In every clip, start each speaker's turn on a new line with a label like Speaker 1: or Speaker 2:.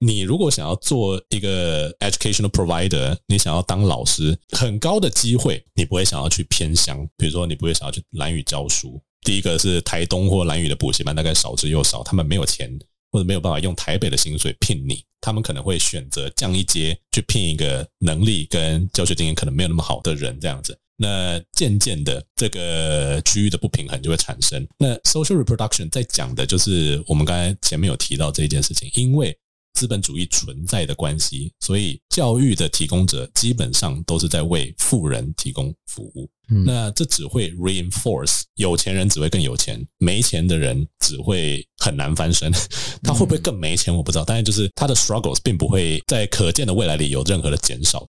Speaker 1: 你如果想要做一个 educational provider，你想要当老师，很高的机会，你不会想要去偏乡，比如说你不会想要去蓝屿教书。第一个是台东或蓝屿的补习班大概少之又少，他们没有钱或者没有办法用台北的薪水聘你，他们可能会选择降一阶去聘一个能力跟教学经验可能没有那么好的人这样子。那渐渐的，这个区域的不平衡就会产生。那 social reproduction 在讲的就是我们刚才前面有提到这一件事情，因为资本主义存在的关系，所以教育的提供者基本上都是在为富人提供服务。
Speaker 2: 嗯
Speaker 1: 那这只会 reinforce 有钱人只会更有钱，没钱的人只会很难翻身。 他会不会更没钱，我不知道。但是就是他的 struggles 并不会在可见的未来里有任何的减少。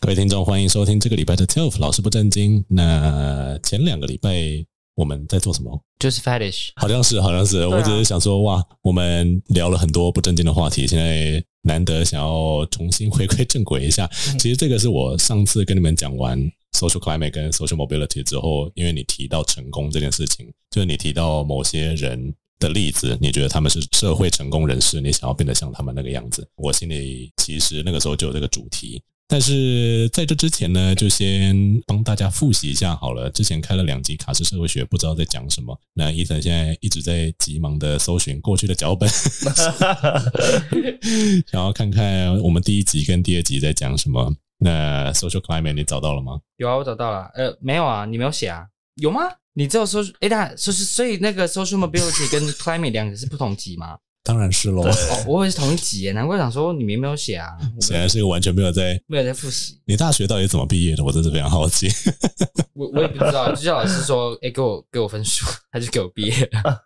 Speaker 1: 各位听众，欢迎收听这个礼拜的 TELF 老师不正经。那前两个礼拜我们在做什么？
Speaker 2: 就是 fetish，
Speaker 1: 好像是，好像是。我只是想说，哇，我们聊了很多不正经的话题，现在难得想要重新回归正轨一下。其实这个是我上次跟你们讲完 social climate 跟 social mobility 之后，因为你提到成功这件事情，就是你提到某些人。的例子，你觉得他们是社会成功人士，你想要变得像他们那个样子？我心里其实那个时候就有这个主题，但是在这之前呢，就先帮大家复习一下好了。之前开了两集卡式社会学，不知道在讲什么。那伊森现在一直在急忙的搜寻过去的脚 本，想要看看我们第一集跟第二集在讲什么。那 social climate 你找到了吗？
Speaker 2: 有啊，我找到了，呃，没有啊，你没有写啊，有吗？你只有说，哎，那就是所以那个 social mobility 跟 climate 两个是不同级吗？
Speaker 1: 当然是喽，
Speaker 2: 哦，我以为是同一级耶，难怪我想说你明明没有写啊，我
Speaker 1: 显
Speaker 2: 没有
Speaker 1: 然是一个完全没有在。
Speaker 2: 没有在复习，
Speaker 1: 你大学到底怎么毕业的？我真是非常好 奇。
Speaker 2: 我我也不知道，就叫老师说，哎，给我给我分数，他就给我毕业了。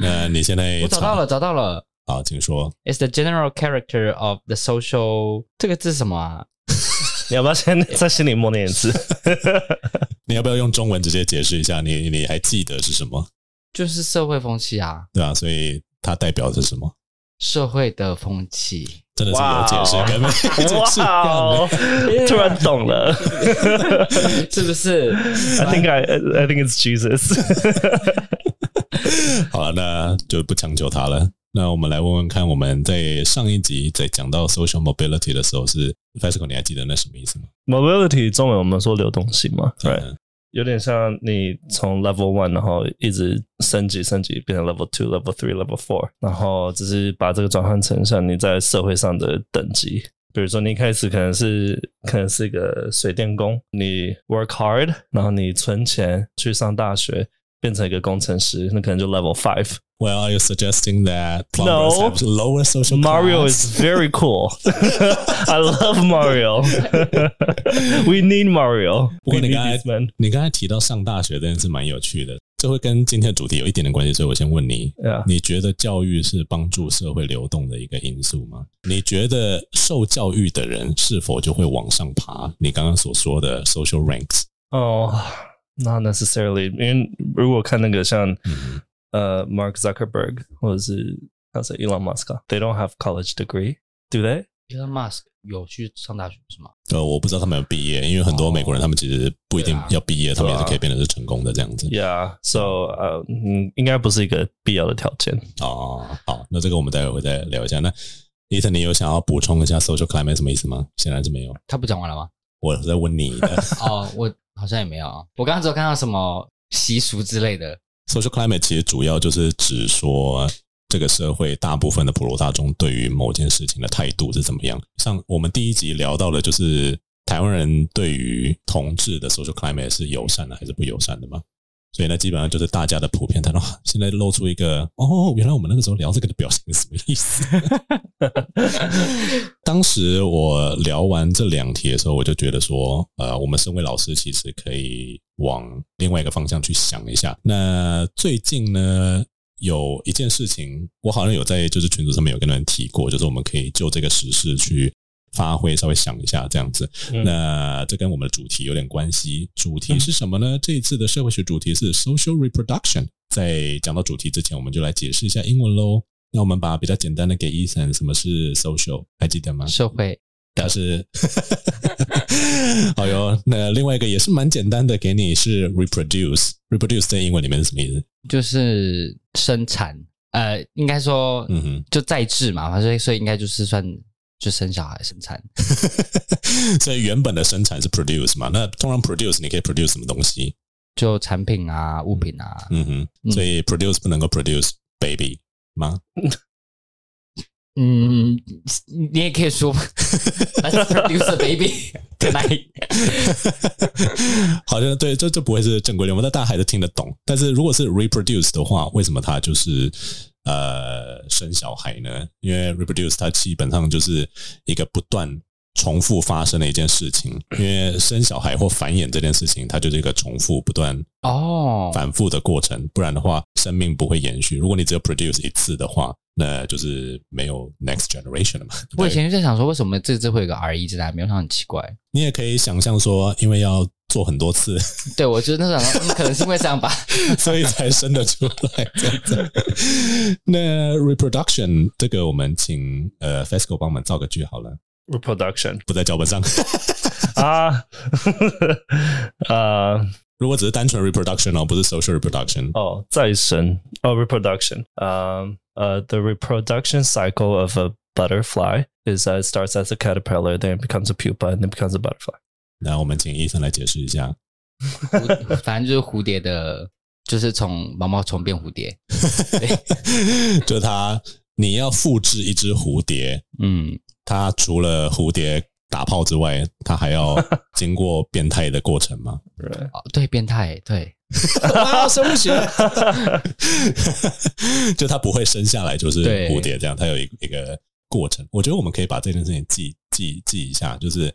Speaker 1: 那你现在
Speaker 2: 我找到了，找到了
Speaker 1: 好，请说。
Speaker 2: ，is the general character of the social 这个字是什么啊？
Speaker 3: 你要不要先在心里默念一 次？
Speaker 1: 你要不要用中文直接解释一下？你你还记得是什么？
Speaker 2: 就是社会风气啊，
Speaker 1: 对啊，所以它代表的是什么？
Speaker 2: 社会的风气。
Speaker 1: 真的是有解释跟没解释一
Speaker 3: 哇
Speaker 1: 样的。
Speaker 3: 哦，突然懂了。
Speaker 2: 是不是？
Speaker 3: I think I I think it's Jesus
Speaker 1: 好了，那就不强求它了。那我们来问问看，我们在上一集在讲到 social mobility 的时候是 f a s c o 你还记得那什么意思吗？
Speaker 3: mobility 中文我们说流动性嘛，right？
Speaker 1: 嗯
Speaker 3: 有点像你从 level one，然后一直升级升级，变成 level two、level three、level four，然后只是把这个转换成像你在社会上的等级。比如说，你一开始可能是可能是一个水电工，你 work hard，然后你存钱去上大学，变成一个工程师，那可能就 level five。
Speaker 1: Well, are you suggesting that plumbers
Speaker 3: No.
Speaker 1: have lower social
Speaker 3: Mario
Speaker 1: class?
Speaker 3: is very cool. I love Mario. we need Mario.
Speaker 1: 不过
Speaker 3: We
Speaker 1: 你
Speaker 3: need
Speaker 1: 刚才
Speaker 3: this man.
Speaker 1: 你刚才提到上大学这件事蛮有趣的，这会跟今天的主题有一点点关系，所以我先问你，
Speaker 3: Yeah.
Speaker 1: 你觉得教育是帮助社会流动的一个因素吗？你觉得受教育的人是否就会往上爬？你刚刚所说的 social ranks，
Speaker 3: 哦、n o t Oh, necessarily，因为如果看那个像、呃 Mark Zuckerberg 或者是那是 Elon Musk，they don't have college degree，do they？
Speaker 2: Elon Musk 有去上大学是吗？
Speaker 1: 呃，我不知道他们有毕业，因为很多美国人他们其实不一定
Speaker 2: 哦对啊
Speaker 1: 要毕业，他们也是可以变得是成功的这样子。
Speaker 3: Yeah，so 呃、嗯，uh, mm, 应该不是一个必要的条件。
Speaker 1: 哦，好，那这个我们待会会再聊一下。那伊藤，你有想要补充一下 social climate 什么意思吗？显然是没有，
Speaker 2: 他不讲完了吗？
Speaker 1: 我在问你的
Speaker 2: 哦，我好像也没有啊。我刚刚只有看到什么习俗之类的。
Speaker 1: social climate 其实主要就是指说这个社会大部分的普罗大众对于某件事情的态度是怎么样。像我们第一集聊到的，就是台湾人对于同志的 social climate 是友善的还是不友善的嘛？所以呢，基本上就是大家的普遍态度。啊现在露出一个哦，原来我们那个时候聊这个的表情是什么意思？当时我聊完这两题的时候，我就觉得说，呃，我们身为老师，其实可以往另外一个方向去想一下。那最近呢，有一件事情，我好像有在就是群组上面有跟人提过，就是我们可以就这个时事去发挥，稍微想一下这样子。
Speaker 3: 嗯
Speaker 1: 那这跟我们的主题有点关系，主题是什么呢？这一次的社会学主题是 social reproduction。在讲到主题之前，我们就来解释一下英文喽。那我们把比较简单的给 Ethan，什么是 social，还记得吗？
Speaker 2: 社会
Speaker 1: 但是， 好哟，那另外一个也是蛮简单的，给你是 reproduce。reproduce 在英文里面是什么意思？
Speaker 2: 就是生产，呃，应该说
Speaker 1: 嗯哼，
Speaker 2: 就再制嘛，所以所以应该就是算就生小孩生产，
Speaker 1: 所以原本的生产是 produce 嘛，那通常 produce 你可以 produce 什么东西？
Speaker 2: 就产品啊、物品啊，
Speaker 1: 嗯哼，
Speaker 2: 嗯
Speaker 1: 所以 produce 不能够 produce baby 吗？
Speaker 2: 嗯，你也可以说，Let's produce a baby tonight。
Speaker 1: 好像对，这这不会是正规流派，但大家还是听得懂。但是如果是 reproduce 的话，为什么它就是呃生小孩呢？因为 reproduce 它基本上就是一个不断重复发生的一件事情。因为生小孩或繁衍这件事情，它就是一个重复不断
Speaker 2: 哦，
Speaker 1: 反复的过程，不然的话，生命不会延续。如果你只有 produce 一次的话，那就是没有 next generation 了嘛。
Speaker 2: 我以前就在想说，为什么这个字会有个 R E 在那边，我想很奇怪。
Speaker 1: 你也可以想象说，因为要做很多次，
Speaker 2: 对，我就那时候 想说，嗯可能是因为这样吧。
Speaker 1: 所以才生得出来。这样子。那 reproduction 这个，我们请呃 FESCO 帮我们造个句好了，
Speaker 3: reproduction
Speaker 1: 不在脚本上。
Speaker 3: 啊啊
Speaker 1: 如果只是单纯 reproduction 哦，不是 social reproduction，
Speaker 3: 哦，Oh, 再生哦 reproduction 嗯呃 uh, the reproduction cycle of a butterfly is that it starts as a caterpillar then it becomes a pupa and then becomes a butterfly
Speaker 1: 那我们请医生来解释一下。
Speaker 2: 蝴反正就是蝴蝶的，就是从毛毛虫变蝴蝶。
Speaker 1: 就它，你要复制一只蝴蝶，
Speaker 2: 嗯，
Speaker 1: 它除了蝴蝶打炮之外，它还要经过变态的过程吗？
Speaker 3: right
Speaker 2: 哦，对，变态，对，
Speaker 1: 哇，生物学， 就它不会生下来就是
Speaker 2: 对
Speaker 1: 蝴蝶这样，它有一一个过程。我觉得我们可以把这件事情记记记一下，就是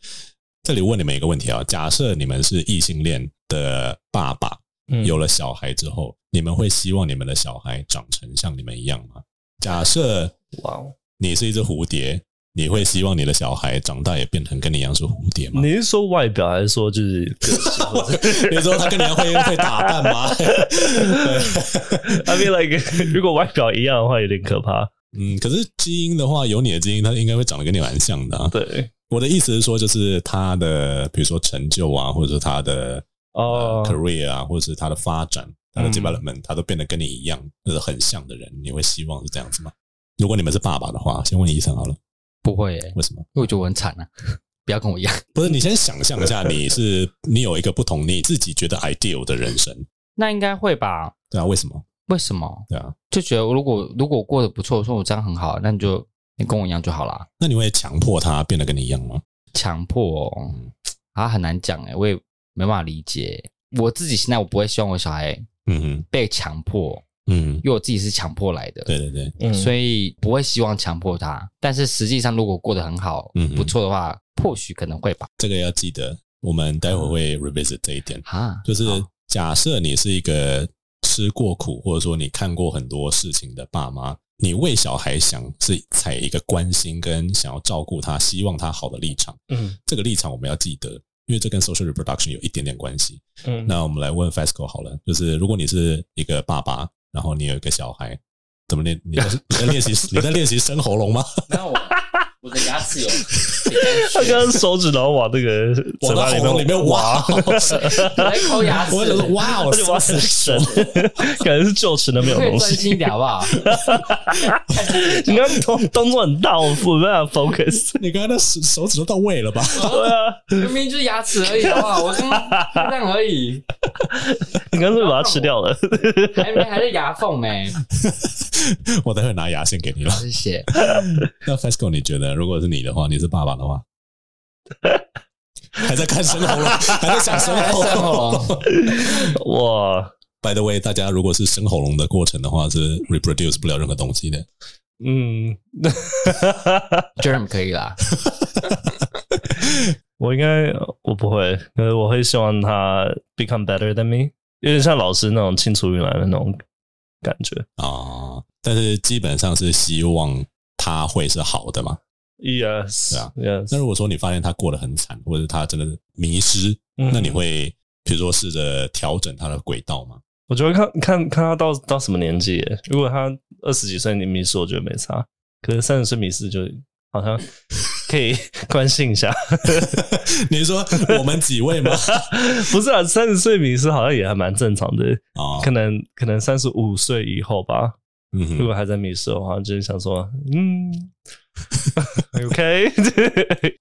Speaker 1: 这里问你们一个问题啊，假设你们是异性恋的爸爸，
Speaker 3: 嗯
Speaker 1: 有了小孩之后，你们会希望你们的小孩长成像你们一样吗？假设
Speaker 3: 哇哦
Speaker 1: 你是一只蝴蝶，你会希望你的小孩长大也变成跟你一样是蝴蝶吗？
Speaker 3: 你是说外表还是说就是 个性或者
Speaker 1: 你说他跟你一样会会打蛋吗？
Speaker 3: I mean like 如果外表一样的话有点可怕
Speaker 1: 嗯，可是基因的话，有你的基因，它应该会长得跟你蛮像的、啊。
Speaker 3: 对
Speaker 1: 我的意思是说，就是他的比如说成就啊，或者是他的
Speaker 3: 哦
Speaker 1: 呃 career 啊，或者是他的发展、他的
Speaker 3: 嗯
Speaker 1: development，他都变得跟你一样，就是很像的人，你会希望是这样子吗？如果你们是爸爸的话，先问医生好了，
Speaker 2: 不会欸耶，因
Speaker 1: 为什么？
Speaker 2: 为我觉得我很惨啊， 不要跟我一样。
Speaker 1: 不是你先想象一下，你是你有一个不同你自己觉得 ideal 的人生，
Speaker 2: 那应该会吧？
Speaker 1: 对啊？为什么？
Speaker 2: 为什么？
Speaker 1: 对啊？
Speaker 2: 就觉得如果如果过得不错，我说我这样很好，那你就你跟我一样就好啦。
Speaker 1: 那你会强迫他变得跟你一样吗？
Speaker 2: 强迫、哦、
Speaker 1: 嗯
Speaker 2: 啊，很难讲哎，我也没办法理解。我自己现在我不会希望我小孩
Speaker 1: 嗯哼，
Speaker 2: 被强迫，
Speaker 1: 嗯，
Speaker 2: 因为我自己是强迫来的，
Speaker 1: 对对对，
Speaker 3: 嗯
Speaker 2: 所以不会希望强迫他。但是实际上，如果过得很好，
Speaker 1: 嗯哼
Speaker 2: 不错的话，或许可能会吧。
Speaker 1: 这个要记得，我们待会会
Speaker 3: 嗯
Speaker 1: revisit 这一点。
Speaker 2: 哈，
Speaker 1: 就是
Speaker 2: 好
Speaker 1: 假设你是一个吃过苦，或者说你看过很多事情的爸妈，你为小孩想是采一个关心跟想要照顾他、希望他好的立场，
Speaker 3: 嗯
Speaker 1: 这个立场我们要记得，因为这跟 social reproduction 有一点点关系。
Speaker 3: 嗯
Speaker 1: 那我们来问 FESCO 好了，就是如果你是一个爸爸，然后你有一个小孩，怎么练？你 在你在练习你在练习生喉咙吗？
Speaker 2: 那我我的牙 齿有，
Speaker 3: 他刚刚手指然后往那个
Speaker 1: 往到
Speaker 3: 嘴巴
Speaker 1: 喉咙里
Speaker 3: 面
Speaker 1: 面挖，
Speaker 2: 来抠牙齿
Speaker 1: 我就说哇，
Speaker 3: 而且挖很深， 感觉是臼齿那边有
Speaker 2: 可以
Speaker 3: 东
Speaker 2: 专
Speaker 3: 西。
Speaker 2: 心一点好不好？
Speaker 3: 你刚刚动动作很大，我没 办法 focus。
Speaker 1: 你刚刚那手手指都到位了吧？
Speaker 3: 对啊，
Speaker 2: 明明就是牙齿而已，好不好？我刚刚这样而已，
Speaker 3: 你刚刚是不是把它吃掉了。
Speaker 2: 还没还是牙缝没、
Speaker 1: 我待会拿牙线给你了。
Speaker 2: 谢谢。
Speaker 1: 那 FESCO，你觉得如果是你的话，你是爸爸的话，还在看生喉咙，还在想生
Speaker 2: 还在生
Speaker 1: 喉
Speaker 2: 喉
Speaker 1: 咙 哦
Speaker 2: 咙。
Speaker 3: 哇，
Speaker 1: By the way，大家如果是生喉咙的过程的话，是 reproduce 不了任何东西的。
Speaker 3: 嗯，
Speaker 2: Jerem 可以啦，
Speaker 3: 我应该我不会，可是我会希望他 become better than me，有点像老师那种青出于蓝的那种感觉。
Speaker 1: 啊、但是基本上是希望他会是好的嘛。
Speaker 3: Yes，
Speaker 1: 对啊
Speaker 3: y e s
Speaker 1: 那如果说你发现他过得很惨，或者他真的迷失，
Speaker 3: 嗯
Speaker 1: 那你会比如说试着调整他的轨道吗？
Speaker 3: 我觉得看看看他到到什么年纪耶，如果他二十几岁你迷失，我觉得没差。可是三十岁迷失就好像 可以关心一下。
Speaker 1: 你说我们几位吗？
Speaker 3: 不是啊，三十岁迷失好像也还蛮正常的，
Speaker 1: 啊
Speaker 3: 可，能可能三十五岁以后吧，
Speaker 1: 嗯
Speaker 3: 如
Speaker 1: 哼，
Speaker 3: 果还在迷失的话，就是想说， 嗯，OK，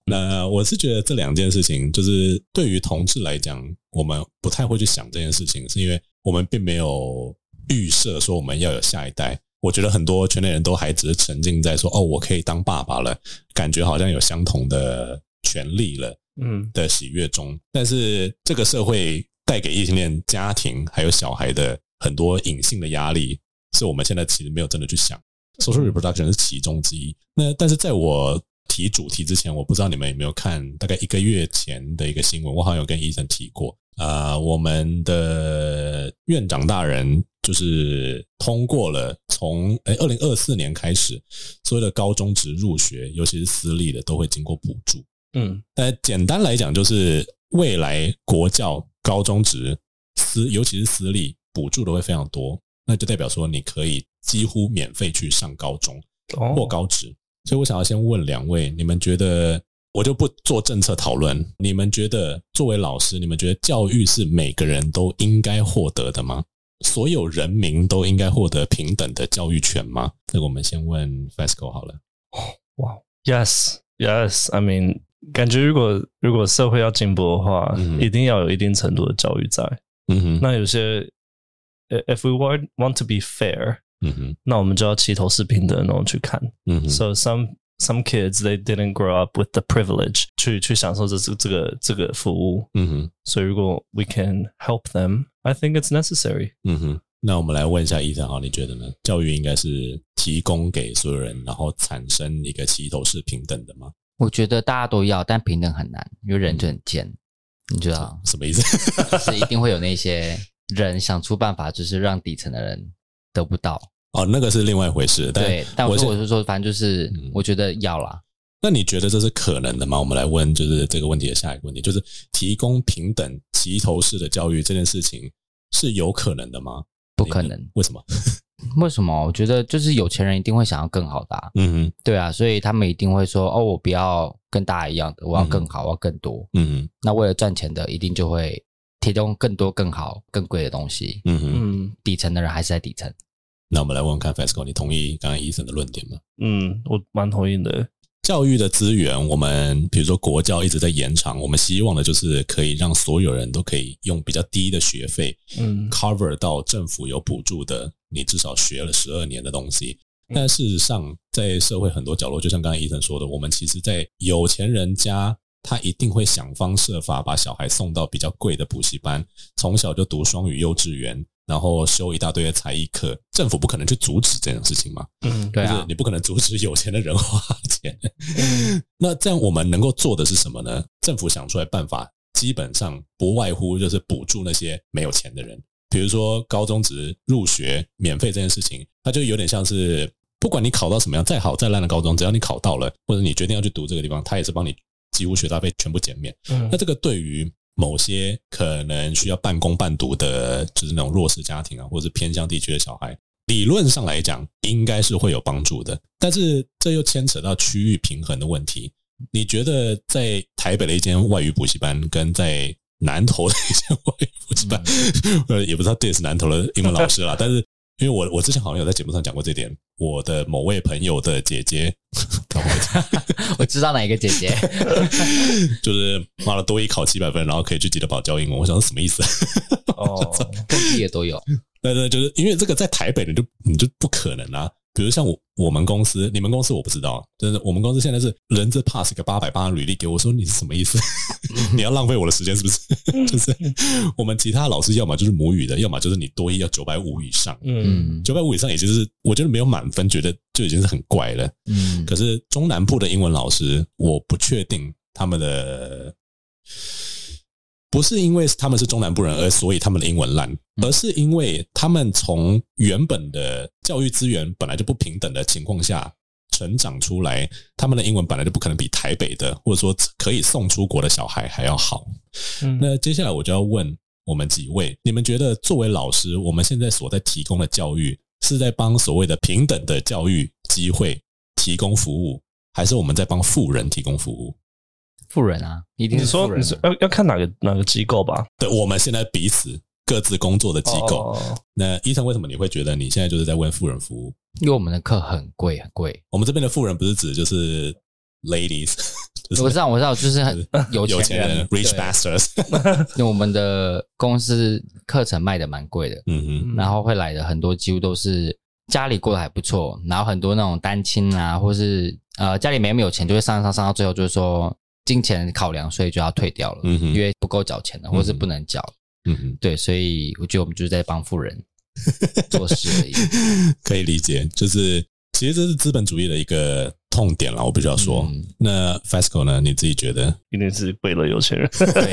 Speaker 1: 那我是觉得这两件事情，就是对于同志来讲，我们不太会去想这件事情，是因为我们并没有预设说我们要有下一代。我觉得很多圈内人都还只是沉浸在说哦，我可以当爸爸了，感觉好像有相同的权利了。
Speaker 3: 嗯，
Speaker 1: 的喜悦中，但是这个社会带给异性恋家庭还有小孩的很多隐性的压力，是我们现在其实没有真的去想。Social reproduction 是其中之一。那但是在我提主题之前，我不知道你们有没有看，大概一个月前的一个新闻，我好像有跟医生提过。呃，我们的院长大人就是通过了从哎二零二四年开始，所有的高中职入学，尤其是私立的，都会经过补助。
Speaker 3: 嗯，
Speaker 1: 呃，简单来讲，就是未来国教高中职私，尤其是私立补助的会非常多，那就代表说你可以几乎免费去上高中或
Speaker 3: 哦，
Speaker 1: 高职。所以我想要先问两位，你们觉得我就不做政策讨论，你们觉得作为老师，你们觉得教育是每个人都应该获得的吗？所有人民都应该获得平等的教育权吗？这个我们先问 FESCO 好了。
Speaker 3: 哇，Yes，Yes，I mean，感觉如果如果社会要进步的话，
Speaker 1: 嗯
Speaker 3: 一定要有一定程度的教育在。
Speaker 1: 嗯哼，
Speaker 3: 那有些呃，if we want want to be fair，
Speaker 1: 嗯哼，
Speaker 3: 那我们就要齐头是平等的那种去看。
Speaker 1: 嗯哼，
Speaker 3: So some some kids they didn't grow up with the privilege 去去享受这这这个这个服务。
Speaker 1: 嗯哼。
Speaker 3: 所以如果 we can help them, I think it's necessary.
Speaker 1: 嗯哼，那我们来问一下伊森哈，你觉得呢？教育应该是提供给所有人，然后产生一个齐头是平等的吗？
Speaker 2: 我觉得大家都要，但平等很难，因为人就很贱，你知道，
Speaker 1: 啊什么意思？
Speaker 2: 就是一定会有那些人想出办法，就是让底层的人得不到。
Speaker 1: 哦，那个是另外一回事。但
Speaker 2: 对，但我
Speaker 1: 是
Speaker 2: 说我是说，反正就是
Speaker 1: 嗯
Speaker 2: 我觉得要啦，
Speaker 1: 那你觉得这是可能的吗？我们来问，就是这个问题的下一个问题，就是提供平等齐头式的教育这件事情是有可能的吗？
Speaker 2: 不可能。
Speaker 1: 为什么？
Speaker 2: 为什么？我觉得就是有钱人一定会想要更好的、啊，
Speaker 1: 嗯哼，
Speaker 2: 对啊，所以他们一定会说：“哦，我不要跟大家一样的，我要更好，我要更多。
Speaker 1: 嗯哼，”
Speaker 2: 那为了赚钱的，一定就会提供更多、更好、更贵的东西。
Speaker 1: 嗯哼。
Speaker 3: 嗯
Speaker 2: 底层的人还是在底层，
Speaker 1: 那我们来问问看 f e s c o 你同意刚刚伊森的论点吗？
Speaker 3: 嗯，我蛮同意的。
Speaker 1: 教育的资源，我们比如说国教一直在延长，我们希望的就是可以让所有人都可以用比较低的学费
Speaker 3: 嗯
Speaker 1: cover 到政府有补助的，你至少学了十二年的东西。但事实上，在社会很多角落，就像刚才医生说的，我们其实，在有钱人家，他一定会想方设法把小孩送到比较贵的补习班，从小就读双语幼稚园，然后修一大堆的才艺课。政府不可能去阻止这种事情嘛？
Speaker 3: 嗯
Speaker 2: 对
Speaker 1: 就是
Speaker 2: 啊，
Speaker 1: 你不可能阻止有钱的人花钱。
Speaker 2: 嗯
Speaker 1: 那这样我们能够做的是什么呢？政府想出来办法，基本上不外乎就是补助那些没有钱的人，比如说高中职入学免费这件事情，它就有点像是不管你考到什么样，再好再烂的高中，只要你考到了，或者你决定要去读这个地方，它也是帮你几乎学杂费全部减免。
Speaker 3: 嗯
Speaker 1: 那这个对于某些可能需要半工半读的，就是那种弱势家庭啊，或者是偏乡地区的小孩，理论上来讲应该是会有帮助的。但是这又牵扯到区域平衡的问题。你觉得在台北的一间外语补习班，跟在南投的一间外语补习班， 呃，也不知道对是南投的英文老师啦，但是因为我我之前好像有在节目上讲过这点，我的某位朋友的姐姐， 她不会讲
Speaker 2: 我知道哪一个姐姐，
Speaker 1: 就是妈的多一考七百分，然后可以去吉德堡教英文。我想说什么意思？
Speaker 3: 哦，
Speaker 2: 各地的都有。
Speaker 1: 对对，就是因为这个在台北你就你就不可能啊。比如像我我们公司，你们公司我不知道，真的，我们公司现在是人资 pass 个八百八的履历给我，我说你是什么意思？ 你要浪费我的时间是不是？就是我们其他老师要么就是母语的，要么就是你多一要九百五以上，
Speaker 3: 嗯
Speaker 2: 嗯
Speaker 1: 九百五以上也就是我觉得没有满分，觉得就已经是很怪了。
Speaker 2: 嗯，
Speaker 1: 可是中南部的英文老师，我不确定他们的不是因为他们是中南部人，而所以他们的英文烂，而是因为他们从原本的教育资源本来就不平等的情况下成长出来，他们的英文本来就不可能比台北的或者说可以送出国的小孩还要好。
Speaker 3: 嗯
Speaker 1: 那接下来我就要问我们几位，你们觉得作为老师，我们现在所在提供的教育是在帮所谓的平等的教育机会提供服务，还是我们在帮富人提供服务？
Speaker 2: 富人啊，一定
Speaker 3: 你
Speaker 2: 是
Speaker 3: 说
Speaker 2: 富人
Speaker 3: 你
Speaker 2: 啊
Speaker 3: 说要要看哪个哪个机构吧？
Speaker 1: 对，我们现在彼此各自工作的机构。
Speaker 3: 哦
Speaker 1: 那医生，为什么你会觉得你现在就是在为富人服务？
Speaker 2: 因为我们的课很贵很贵，
Speaker 1: 我们这边的富人不是指就是 ladies，就是
Speaker 2: 我知道我知道，就是很有
Speaker 1: 有
Speaker 2: 钱
Speaker 1: 钱
Speaker 2: 人
Speaker 1: 人 rich
Speaker 2: 对
Speaker 1: bastards。
Speaker 2: 那我们的公司课程卖的蛮贵的，
Speaker 1: 嗯哼，
Speaker 2: 然后会来的很多几乎都是家里过得还不错，然后很多那种单亲啊，或是呃家里没没有钱，就会上上上到最后就是说金钱考量，所以就要退掉了，
Speaker 1: 嗯哼
Speaker 2: 因为不够缴钱了，或是不能缴。
Speaker 1: 嗯哼，
Speaker 2: 对，所以我觉得我们就是在帮 富人做事而已。
Speaker 1: 可以理解，就是其实这是资本主义的一个痛点了，我必须要说。
Speaker 2: 嗯
Speaker 1: 那 Fasco 呢？你自己觉得？
Speaker 3: 一定是为了有钱人。
Speaker 2: 对，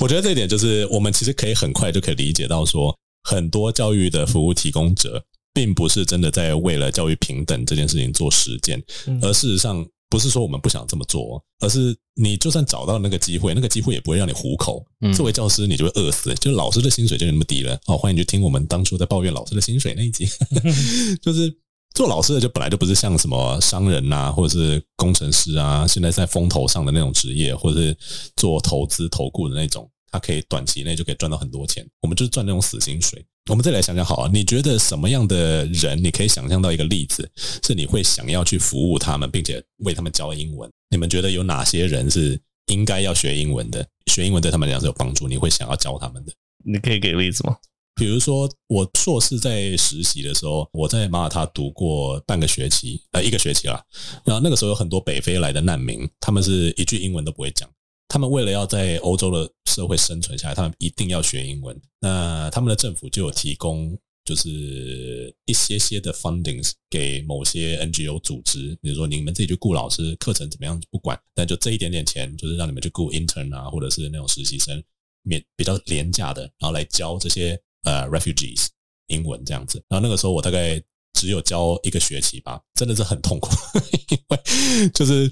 Speaker 1: 我觉得这一点就是我们其实可以很快就可以理解到说很多教育的服务提供者并不是真的在为了教育平等这件事情做实践，
Speaker 3: 嗯
Speaker 1: 而事实上不是说我们不想这么做，哦而是你就算找到那个机会，那个机会也不会让你糊口。
Speaker 2: 嗯
Speaker 1: 作为教师，你就会饿死，就老师的薪水就那么低了。哦，欢迎去听我们当初在抱怨老师的薪水那一 集， 就是。做老师的就本来就不是像什么商人呐、或者是工程师啊，现在在风头上的那种职业，或者是做投资投顾的那种，他可以短期内就可以赚到很多钱。我们就是赚那种死薪水。我们再来想想好啊，你觉得什么样的人，你可以想象到一个例子，是你会想要去服务他们，并且为他们教英文？你们觉得有哪些人是应该要学英文的？学英文对他们来讲是有帮助，你会想要教他们的？
Speaker 3: 你可以给例子吗？
Speaker 1: 比如说，我硕士在实习的时候，我在马耳他读过半个学期，呃，一个学期啦。然后那个时候有很多北非来的难民，他们是一句英文都不会讲。他们为了要在欧洲的社会生存下来，他们一定要学英文。那他们的政府就有提供，就是一些些的 fundings 给某些 NGO 组织，比如说你们自己去雇老师，课程怎么样不管，但就这一点点钱，就是让你们去雇 intern 啊，或者是那种实习生，免比较廉价的，然后来教这些呃 refugees 英文这样子。然后那个时候我大概只有教一个学期吧，真的是很痛苦， 因为就是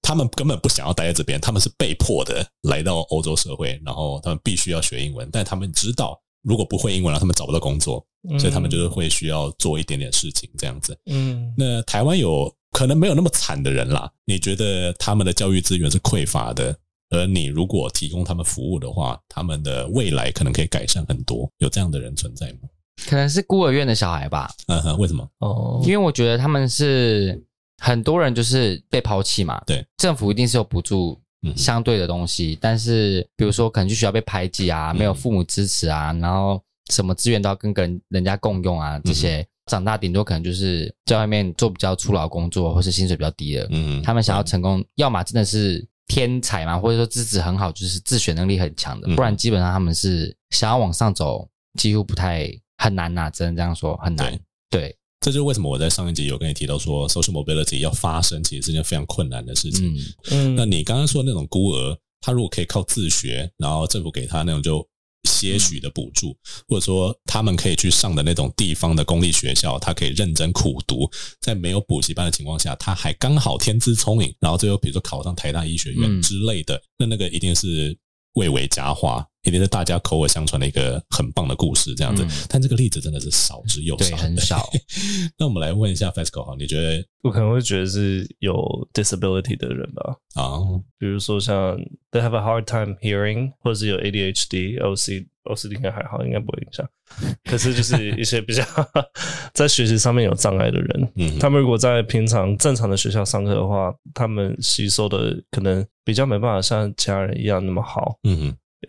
Speaker 1: 他们根本不想要待在这边，他们是被迫的来到欧洲社会，然后他们必须要学英文，但他们知道如果不会英文了，啊他们找不到工作，嗯所以他们就是会需要做一点点事情这样子。
Speaker 3: 嗯
Speaker 1: 那台湾有可能没有那么惨的人啦。你觉得他们的教育资源是匮乏的，而你如果提供他们服务的话，他们的未来可能可以改善很多。有这样的人存在吗？
Speaker 2: 可能是孤儿院的小孩吧，
Speaker 1: 嗯哼，为什么？
Speaker 3: 哦，
Speaker 2: 因为我觉得他们是很多人就是被抛弃嘛。
Speaker 1: 对，
Speaker 2: 政府一定是有补助
Speaker 1: 嗯哼
Speaker 2: 相对的东西，但是比如说可能去学校被排挤啊，
Speaker 1: 嗯
Speaker 2: 没有父母支持啊，然后什么资源都要跟跟人家共用
Speaker 1: 嗯
Speaker 2: 啊，这些、长大顶多可能就是在外面做比较粗劳工作，或是薪水比较低的。
Speaker 1: 嗯哼，
Speaker 2: 他们想要成功，要么真的是天才嘛，或者说资质很好，就是自学能力很强的
Speaker 1: 嗯，
Speaker 2: 不然基本上他们是想要往上走，几乎不太很难呐、只能这样说，很难。对，
Speaker 1: 这就是为什么我在上一集有跟你提到说，social mobility 要发生，其实是件非常困难的事情。
Speaker 2: 嗯，
Speaker 3: 嗯
Speaker 1: 那你刚刚说的那种孤儿，他如果可以靠自学，然后政府给他那种就些许的补助，或者说他们可以去上的那种地方的公立学校，他可以认真苦读，在没有补习班的情况下，他还刚好天资聪颖，然后最后比如说考上台大医学院
Speaker 2: 嗯
Speaker 1: 之类的，那那个一定是蔚为佳话。一定是大家口耳相传的一个很棒的故事，这样子。
Speaker 2: 嗯
Speaker 1: 但这个例子真的是少之又
Speaker 2: 对，
Speaker 1: 少，
Speaker 2: 很少。
Speaker 1: 那我们来问一下 E FESCO 哈，你觉得
Speaker 3: 我可能会觉得是有 disability 的人吧，
Speaker 1: 啊、
Speaker 3: 比如说像 they have a hard time hearing，或者是有 ADHD、OC、OCD 应该还好，应该不会影响。可是就是一些比较 在学习上面有障碍的人，
Speaker 1: 嗯，
Speaker 3: 他们如果在平常正常的学校上课的话，他们吸收的可能比较没办法像其他人一样那么好。
Speaker 1: 嗯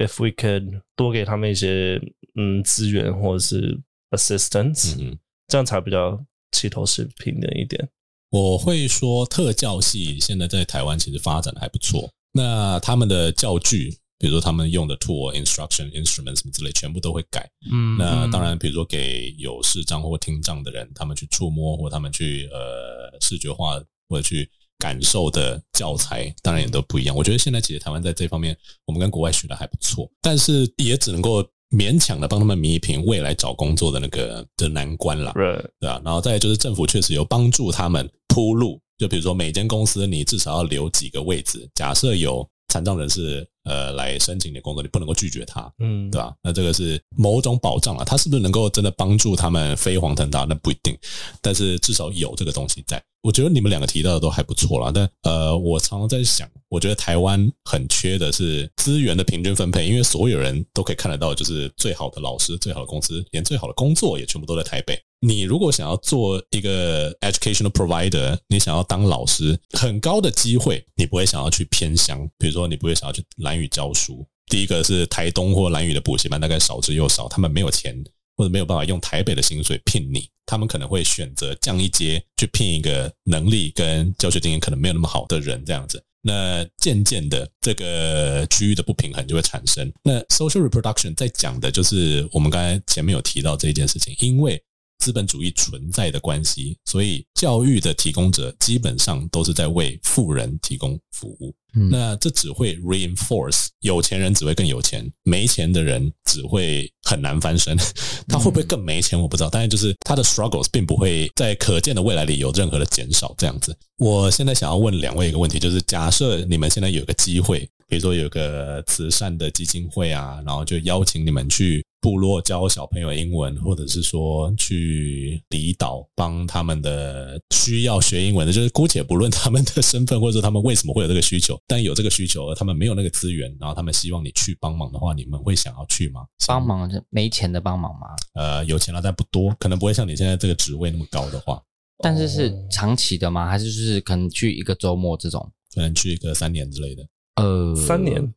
Speaker 1: 哼，
Speaker 3: If we could 多给他们一些嗯资源或者是 assistance，、
Speaker 1: 嗯哼。
Speaker 3: 这样才比较齐头是平等一点。
Speaker 1: 我会说特教系现在在台湾其实发展的还不错。那他们的教具，比如说他们用的 tool、instruction、instrument 什么之类，全部都会改。
Speaker 3: 嗯
Speaker 1: 那当然，比如说给有视障或听障的人，他们去触摸或他们去呃视觉化或者去感受的教材，当然也都不一样。我觉得现在其实台湾在这方面，我们跟国外学的还不错，但是也只能够勉强的帮他们弥平未来找工作的那个的难关啦。
Speaker 3: ，right，
Speaker 1: 对啊，然后再来就是政府确实有帮助他们铺路，就比如说每间公司你至少要留几个位置，假设有残障人士呃来申请你的工作，你不能够拒绝他，
Speaker 3: 嗯，
Speaker 1: 对吧、那这个是某种保障啊了，它是不是能够真的帮助他们飞黄腾达？那不一定，但是至少有这个东西在。我觉得你们两个提到的都还不错啦，但呃，我常常在想，我觉得台湾很缺的是资源的平均分配，因为所有人都可以看得到，就是最好的老师、最好的公司，连最好的工作也全部都在台北。你如果想要做一个 educational provider，你想要当老师，很高的机会，你不会想要去偏乡，比如说你不会想要去蓝屿教书。第一个是台东或蓝屿的补习班，大概少之又少，他们没有钱，或者没有办法用台北的薪水聘你，他们可能会选择降一阶去聘一个能力跟教学经验可能没有那么好的人这样子。那渐渐的，这个区域的不平衡就会产生。那 social reproduction 在讲的就是我们刚才前面有提到这一件事情，因为资本主义存在的关系，所以教育的提供者基本上都是在为富人提供服务。
Speaker 2: 嗯
Speaker 1: 那这只会 reinforce 有钱人只会更有钱，没钱的人只会很难翻身。 他会不会更没钱，我不知道。但是就是他的 struggles 并不会在可见的未来里有任何的减少。这样子，我现在想要问两位一个问题，就是假设你们现在有一个机会，比如说有个慈善的基金会啊，然后就邀请你们去部落教小朋友英文，或者是说去离岛帮他们的需要学英文的，就是姑且不论他们的身份或者说他们为什么会有这个需求，但有这个需求而他们没有那个资源，然后他们希望你去帮忙的话，你们会想要去吗？
Speaker 2: 帮忙没钱的帮忙嘛，
Speaker 1: 呃有钱了，但不多，可能不会像你现在这个职位那么高的话，
Speaker 2: 但是
Speaker 1: 哦
Speaker 2: 是长期的吗？还是就是可能去一个周末这种？
Speaker 1: 可能去个三年之类的。
Speaker 2: 呃，
Speaker 3: 三年，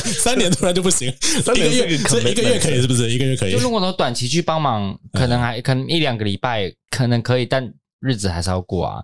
Speaker 1: 三年突然就不行，
Speaker 3: 三年
Speaker 1: 一个
Speaker 3: 是
Speaker 1: 月，
Speaker 3: 个
Speaker 1: 所以一个月
Speaker 3: commitment
Speaker 1: 可以是不是？一个月可以
Speaker 2: 就。如果说短期去帮
Speaker 1: 嗯
Speaker 2: 忙，可能还可能一两个礼拜，可能可以，但日子还是要过 啊。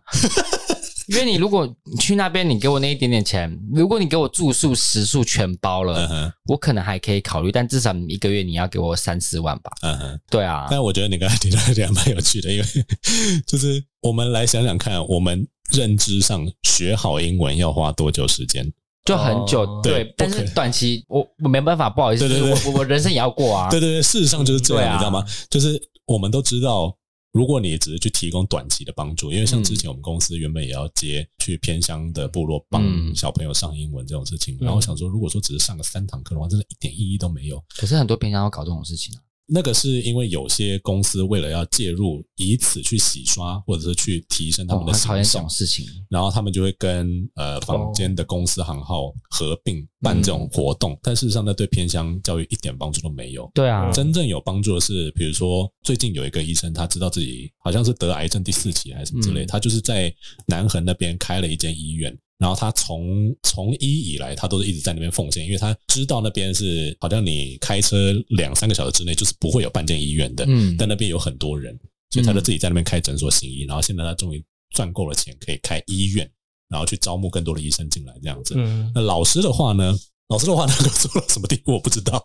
Speaker 2: 因为你如果你去那边，你给我那一点点钱，如果你给我住宿食宿全包
Speaker 1: 嗯
Speaker 2: 了，
Speaker 1: 哼，
Speaker 2: 我可能还可以考虑，但至少你一个月你要给我三四万吧？
Speaker 1: 嗯哼。
Speaker 2: 对啊，
Speaker 1: 但我觉得你刚才提到一点蛮有趣的，因为 就是我们来想想看，我们认知上学好英文要花多久时间？
Speaker 2: 就很久。
Speaker 3: 哦
Speaker 1: 对
Speaker 2: 对，但
Speaker 1: 不可
Speaker 2: 是短期我我没办法，不好意思，
Speaker 1: 对对对
Speaker 2: 我我我人生也要过啊。
Speaker 1: 对对对，事实上就是这
Speaker 2: 对
Speaker 1: 样，
Speaker 2: 啊
Speaker 1: 你知道吗？就是我们都知道，如果你只是去提供短期的帮助，因为像
Speaker 2: 嗯
Speaker 1: 之前我们公司原本也要接去偏乡的部落帮
Speaker 2: 嗯
Speaker 1: 小朋友上英文这种事情，然后想说，如果说只是上个三堂课的话，真的一点意义都没有。
Speaker 2: 可是很多平常要搞这种事情啊。
Speaker 1: 那个是因为有些公司为了要介入，以此去洗刷或者是去提升他
Speaker 2: 我
Speaker 1: 们的
Speaker 2: 哦很讨
Speaker 1: 形
Speaker 2: 厌这
Speaker 1: 象
Speaker 2: 种，事情。
Speaker 1: 然后他们就会跟呃坊间的公司行号合并办这
Speaker 2: 嗯
Speaker 1: 种活动，但事实上那对偏乡教育一点帮助都没有。
Speaker 2: 对啊，
Speaker 1: 真正有帮助的是，比如说最近有一个医生，他知道自己好像是得癌症第四期还是什么之类，
Speaker 2: 嗯
Speaker 1: 他就是在南横那边开了一间医院。然后他从从医以来，他都是一直在那边奉献，因为他知道那边是好像你开车两三个小时之内就是不会有半间医院的，
Speaker 2: 嗯，
Speaker 1: 但那边有很多人，所以他就自己在那边开诊所行医。然后现在他终于赚够了钱，可以开医院，然后去招募更多的医生进来，这样子。
Speaker 3: 嗯，
Speaker 1: 那老师的话呢？ 老师的话能够做到什么地步我不知道，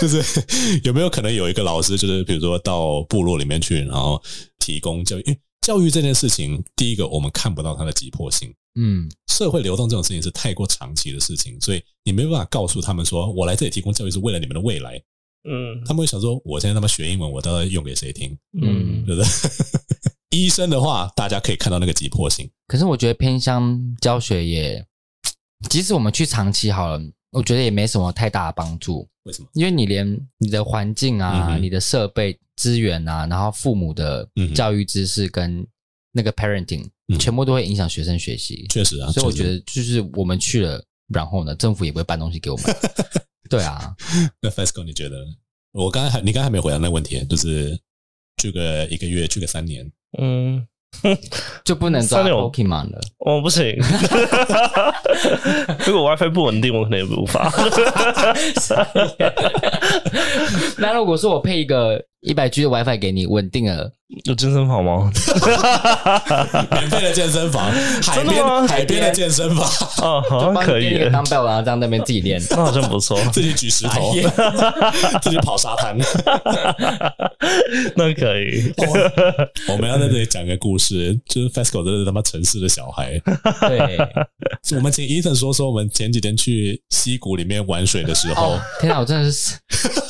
Speaker 1: 就是 有没有可能有一个老师，就是比如说到部落里面去，然后提供教育。因为教育这件事情，第一个我们看不到它的急迫性，
Speaker 2: 嗯，
Speaker 1: 社会流动这种事情是太过长期的事情，所以你没办法告诉他们说，我来这里提供教育是为了你们的未来。
Speaker 3: 嗯
Speaker 1: 他们会想说，我现在他妈学英文，我到底用给谁听？
Speaker 3: 嗯
Speaker 2: 嗯，
Speaker 1: 对不对？医生的话，大家可以看到那个急迫性。
Speaker 2: 可是我觉得偏乡教学也，即使我们去长期好了，我觉得也没什么太大的帮助，
Speaker 1: 为什么？
Speaker 2: 因为你连你的环境啊、
Speaker 1: 嗯哼
Speaker 2: 你的设备资源啊，然后父母的
Speaker 1: 嗯哼
Speaker 2: 教育知识跟那个 parenting，、
Speaker 1: 嗯
Speaker 2: 全部都会影响学生学习。
Speaker 1: 确实啊，
Speaker 2: 所以我
Speaker 1: 确实
Speaker 2: 觉得就是我们去了，然后呢，政府也不会办东西给我们。 对啊，
Speaker 1: 那 FESCO 你觉得呢？我刚才还你刚才还没有回答那个问题，就是去个一个月，去个三年，
Speaker 3: 嗯，
Speaker 2: 就不能抓
Speaker 3: 三六
Speaker 2: Pokemon 了。
Speaker 3: 我不 行。如果 WiFi 不稳定，我可能也 无法。
Speaker 2: 那如果说我配一个一百 G 的 WiFi 给你，稳定了，
Speaker 3: 有健身房 吗？
Speaker 1: 免费的健身房，海
Speaker 3: 真的吗
Speaker 1: 边海边的健身房，
Speaker 3: 哦，好
Speaker 2: 就
Speaker 3: 像
Speaker 2: 帮
Speaker 3: 可
Speaker 2: 你
Speaker 3: 以
Speaker 2: 垫一
Speaker 3: 耶
Speaker 2: 个，当 bell，然后在那边自己 练。
Speaker 3: 那好像不错，
Speaker 1: 自己举石头， 自己跑沙滩。
Speaker 3: 那可以。
Speaker 1: 我们要在这里讲个故事，就是 FESCO 真的是他妈城市的小孩。
Speaker 2: 对，
Speaker 1: 我们请 Ethan 说说，我们前几天去溪谷里面玩水的时候
Speaker 3: 哦
Speaker 2: 啊哦，，天哪，我真的是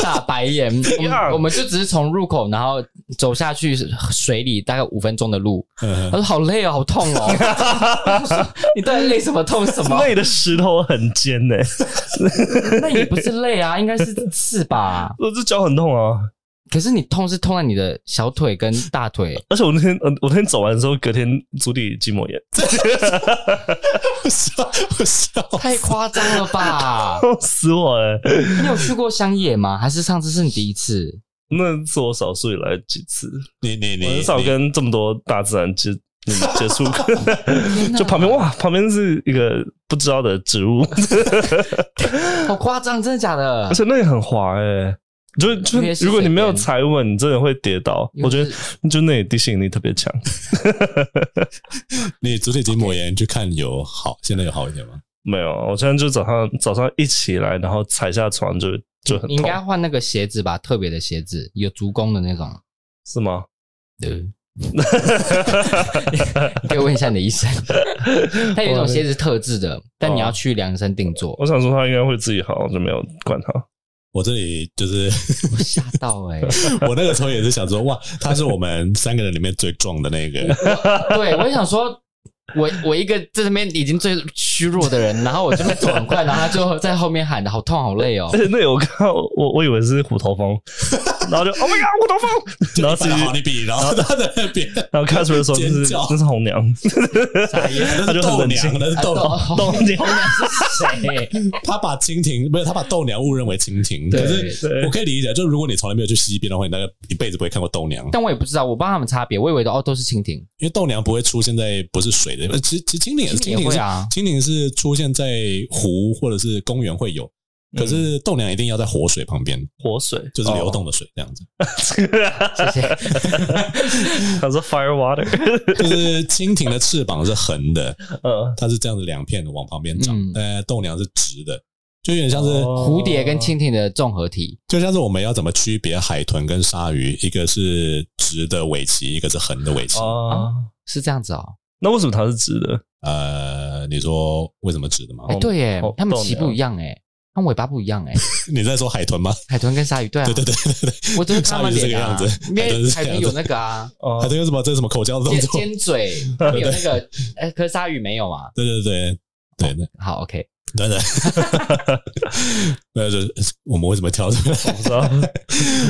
Speaker 2: 大白眼。我
Speaker 3: 样
Speaker 2: 们我们就只是从从入口然后走下去水里大概五分钟的路，
Speaker 1: 嗯
Speaker 2: 他说好累哦，好痛哦，我说你到底累什么痛 什么？
Speaker 3: 累的石头很尖呢、
Speaker 2: 那也不是累啊，应该是刺吧？
Speaker 3: 我这脚很痛啊！
Speaker 2: 可是你痛是痛在你的小腿跟大腿，
Speaker 3: 而且我那天，呃我那天走完之后，隔天足底筋膜炎，
Speaker 1: 我笑，我
Speaker 3: 哦
Speaker 1: 笑。
Speaker 2: 太夸张了 吧？
Speaker 3: 痛死我哎、
Speaker 2: 你有去过乡野吗？还是上次是你第一次？
Speaker 3: 那是我少数以来几次，
Speaker 1: 你你你
Speaker 3: 我很少
Speaker 1: 你
Speaker 3: 跟这么多大自然接嗯接 触过，
Speaker 2: 哪
Speaker 3: 就旁边哇，旁边是一个不知道的植物，
Speaker 2: 好夸张，真的假的
Speaker 3: 而？且那里很滑哎、就就
Speaker 2: 因为是
Speaker 3: 如果你没有
Speaker 2: 水边
Speaker 3: 踩稳，你真的会跌倒。
Speaker 2: 因为
Speaker 3: 我觉得
Speaker 2: 是
Speaker 3: 就那里地心引力特别强，
Speaker 1: 你足底筋膜炎去看有好，现在有好一点吗？
Speaker 3: 没有，我现在就早上早上一起来，然后踩下床就就很
Speaker 2: 你应
Speaker 3: 痛，
Speaker 2: 该换那个鞋子吧，特别的鞋子，有足弓的那种。
Speaker 3: 是吗？
Speaker 2: 对，你 可以问一下你的医生，他有一种鞋子特制的，但你要去量身定做。
Speaker 3: 我想说他应该会自己好，我就没有管他。
Speaker 1: 我这里就是
Speaker 2: 我吓到哎、
Speaker 1: 我那个时候也是想说，哇，他是我们三个人里面最壮的那 个，
Speaker 2: 对我也想说。我我一个在那边已经最虚弱的人，然后我这边走很快，然后他就在后面喊的好痛好累哦
Speaker 3: 而，且那里我看到我我以为是 虎头蜂，然后就 Oh my God 虎头蜂，然后自
Speaker 1: 最
Speaker 3: 己
Speaker 1: 好你比，然后他在那边，
Speaker 3: 然后 Casper 说那
Speaker 1: 尖
Speaker 3: 是
Speaker 1: 叫
Speaker 3: 那是红娘，
Speaker 2: 傻眼。
Speaker 1: 那
Speaker 3: 他
Speaker 1: 是
Speaker 3: 就很
Speaker 1: 豆
Speaker 3: 冷静
Speaker 1: 娘，那是
Speaker 2: 啊
Speaker 1: 豆娘，
Speaker 2: 豆
Speaker 3: 豆娘
Speaker 2: 豆娘是谁？
Speaker 1: 他把蜻蜓不是他把豆娘误认为蜻蜓，可是
Speaker 3: 对
Speaker 1: 我可以理解，就如果你从来没有去西边的话，你大概一辈子不会看过豆娘，
Speaker 2: 但我也不知道，我不知道他们差别，我以为都哦都是蜻蜓，
Speaker 1: 因为豆娘不会出现在不是水的，呃其实其实蜻蜓也是
Speaker 2: 蜻蜓也
Speaker 1: 蜻蜓
Speaker 2: 会
Speaker 1: 是
Speaker 2: 啊
Speaker 1: 蜻蜓是出现在湖或者是公园会有，
Speaker 3: 嗯
Speaker 1: 可是豆娘一定要在活水旁边，
Speaker 3: 活水
Speaker 1: 就是流 动的水这样子。
Speaker 2: 谢谢。
Speaker 3: 他说 Fire Water，
Speaker 1: 就是蜻蜓的翅膀是横的，
Speaker 3: 呃，
Speaker 1: 它是这样子两片往旁边长
Speaker 2: 嗯，
Speaker 1: 呃，豆娘是直的，就有点像是
Speaker 3: 哦
Speaker 2: 蝴蝶跟蜻蜓的综合体，
Speaker 1: 就像是我们要怎么区别海豚跟鲨鱼，一个是直的尾鳍，一个是横的尾鳍。
Speaker 2: 啊
Speaker 3: 哦，
Speaker 2: 是这样子哦。
Speaker 3: 那为什么它是直的？
Speaker 1: 呃，你说为什么直的吗
Speaker 2: 哎、？对耶
Speaker 3: 哦，
Speaker 2: 它们
Speaker 3: 豆
Speaker 2: 鳍
Speaker 3: 娘
Speaker 2: 不一样哎，它们尾巴不一样哎。
Speaker 1: 你在说海豚吗？
Speaker 2: 海豚跟鲨鱼，对啊，
Speaker 1: 对对对对对，
Speaker 2: 我都是看它们脸啊
Speaker 1: 鲨鱼是这个样子
Speaker 2: 因
Speaker 1: 海豚
Speaker 2: 为
Speaker 1: 是
Speaker 2: 海
Speaker 1: 这样
Speaker 2: 豚
Speaker 1: 子
Speaker 2: 有那个啊，
Speaker 1: 海
Speaker 3: 哦，
Speaker 1: 豚有什么这是什么口交的动
Speaker 2: 尖
Speaker 1: 作？
Speaker 2: 尖嘴，它们有那个，哎，可是鲨鱼没有啊。
Speaker 1: 对对对对对
Speaker 2: 好，OK，
Speaker 1: 对对，那就是我们为什么跳这个？
Speaker 3: 我不知道，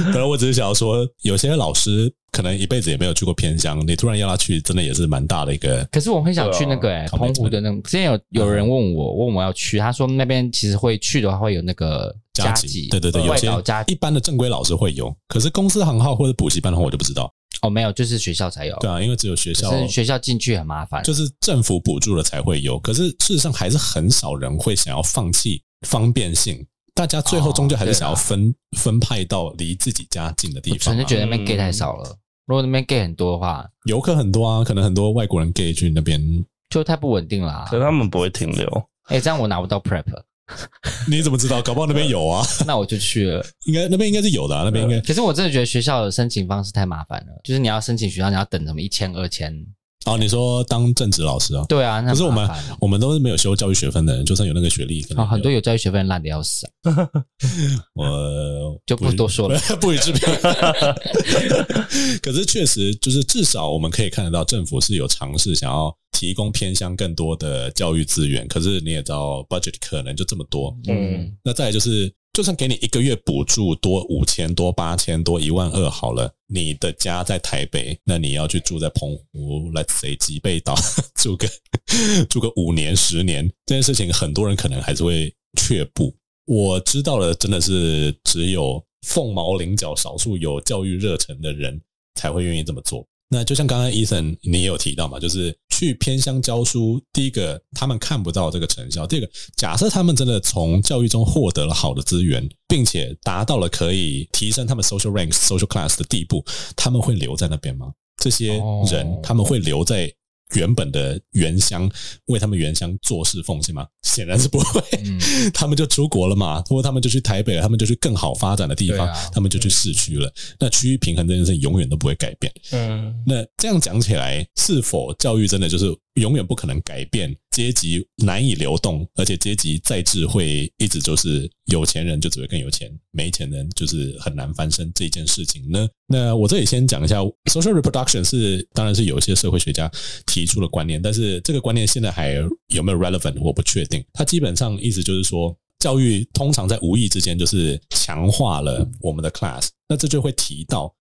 Speaker 1: 可能我只是想要说，有些老师可能一辈子也没有去过偏乡，你突然要他去，真的也是蛮大的一个。
Speaker 2: 可是我很想去那个哎、
Speaker 1: 对啊
Speaker 2: 澎湖的那个。之前有有人问
Speaker 1: 嗯
Speaker 2: 我，问我要去，他说那边其实会去的话会有那个加呃
Speaker 1: 级，对对对，有
Speaker 2: 外
Speaker 1: 些
Speaker 2: 岛加
Speaker 1: 一般的正规老师会有，可是公司行号或者补习班的话，我就不知道。
Speaker 2: 哦没有，就是学校才有，
Speaker 1: 对啊，因为只有学校
Speaker 2: 可是学校进去很麻烦，
Speaker 1: 就是政府补助了才会有，可是事实上还是很少人会想要放弃方便性，大家最后终究还是想要分、分派到离自己家近的地
Speaker 2: 哦我
Speaker 1: 方、
Speaker 2: 纯粹
Speaker 1: 啊。
Speaker 2: 觉得那边 gay 太少了。如果那边 gay 很多的话，
Speaker 1: 游客很多啊，可能很多外国人 gay 去那边，
Speaker 2: 就太不稳定啦、
Speaker 3: 可是他们不会停留。
Speaker 2: 哎、这样我拿不到 prep，
Speaker 1: 你怎么知道？搞不好那边有啊，
Speaker 2: 那我就去了。
Speaker 1: 应该那边应该是有的、啊，那边应该
Speaker 2: 可是我真的觉得学校的申请方式太麻烦了，就是你要申请学校，你要等什么一千、二千。
Speaker 1: 哦。你说当正职老师啊？
Speaker 2: 对啊，那
Speaker 1: 可是我
Speaker 2: 很麻
Speaker 1: 们
Speaker 2: 烦
Speaker 1: 我们都是没有修教育学分的人，就算有那个学历，可
Speaker 2: 哦，
Speaker 1: 能
Speaker 2: 很多有教育学分烂的要死、啊，
Speaker 1: 我
Speaker 2: 嗯就不多说了。
Speaker 1: 不予置评。可是确实，就是至少我们可以看得到，政府是有尝试想要提供偏乡更多的教育资源。可是你也知道，budget 可能就这么多。
Speaker 2: 嗯，
Speaker 1: 那再来就是，就算给你一个月补助多五千、多八千、多一万二好了，你的家在台北，那你要去住在澎湖，let's say 吉贝岛住个 住个五年、十年，这件事情很多人可能还是会却步。我知道的真的是只有凤毛麟角、少数有教育热忱的人才会愿意这么做。那就像刚刚 Ethan 你也有提到嘛，就是去偏乡教书，第一个他们看不到这个成效，第二个假设他们真的从教育中获得了好的资源，并且达到了可以提升他们 social rank、social class 的地步，他们会留在那边吗？这些人、
Speaker 2: 哦
Speaker 1: 他们会留在原本的原乡，为他们原乡做事奉献吗？显然是不会。
Speaker 2: 嗯，
Speaker 1: 他们就出国了嘛，或者他们就去台北了，他们就去更好发展的地方，
Speaker 2: 对啊
Speaker 1: 他们就去市区了。那区域平衡这件事情永远都不会改变。
Speaker 3: 嗯，
Speaker 1: 那这样讲起来，是否教育真的就是永远不可能改变阶级难以流动，而且阶级再智慧，一直就是有钱人就只会更有钱，没钱人就是很难翻身这件事情呢。那我这里先讲一下，social reproduction 是当然是有一些社会学家提出的观念，但是这个观念现在还有没有 relevant 我不确定。它基本上意思就是说，教育通常在无意之间就是强化了我们的 class，那这就会提到。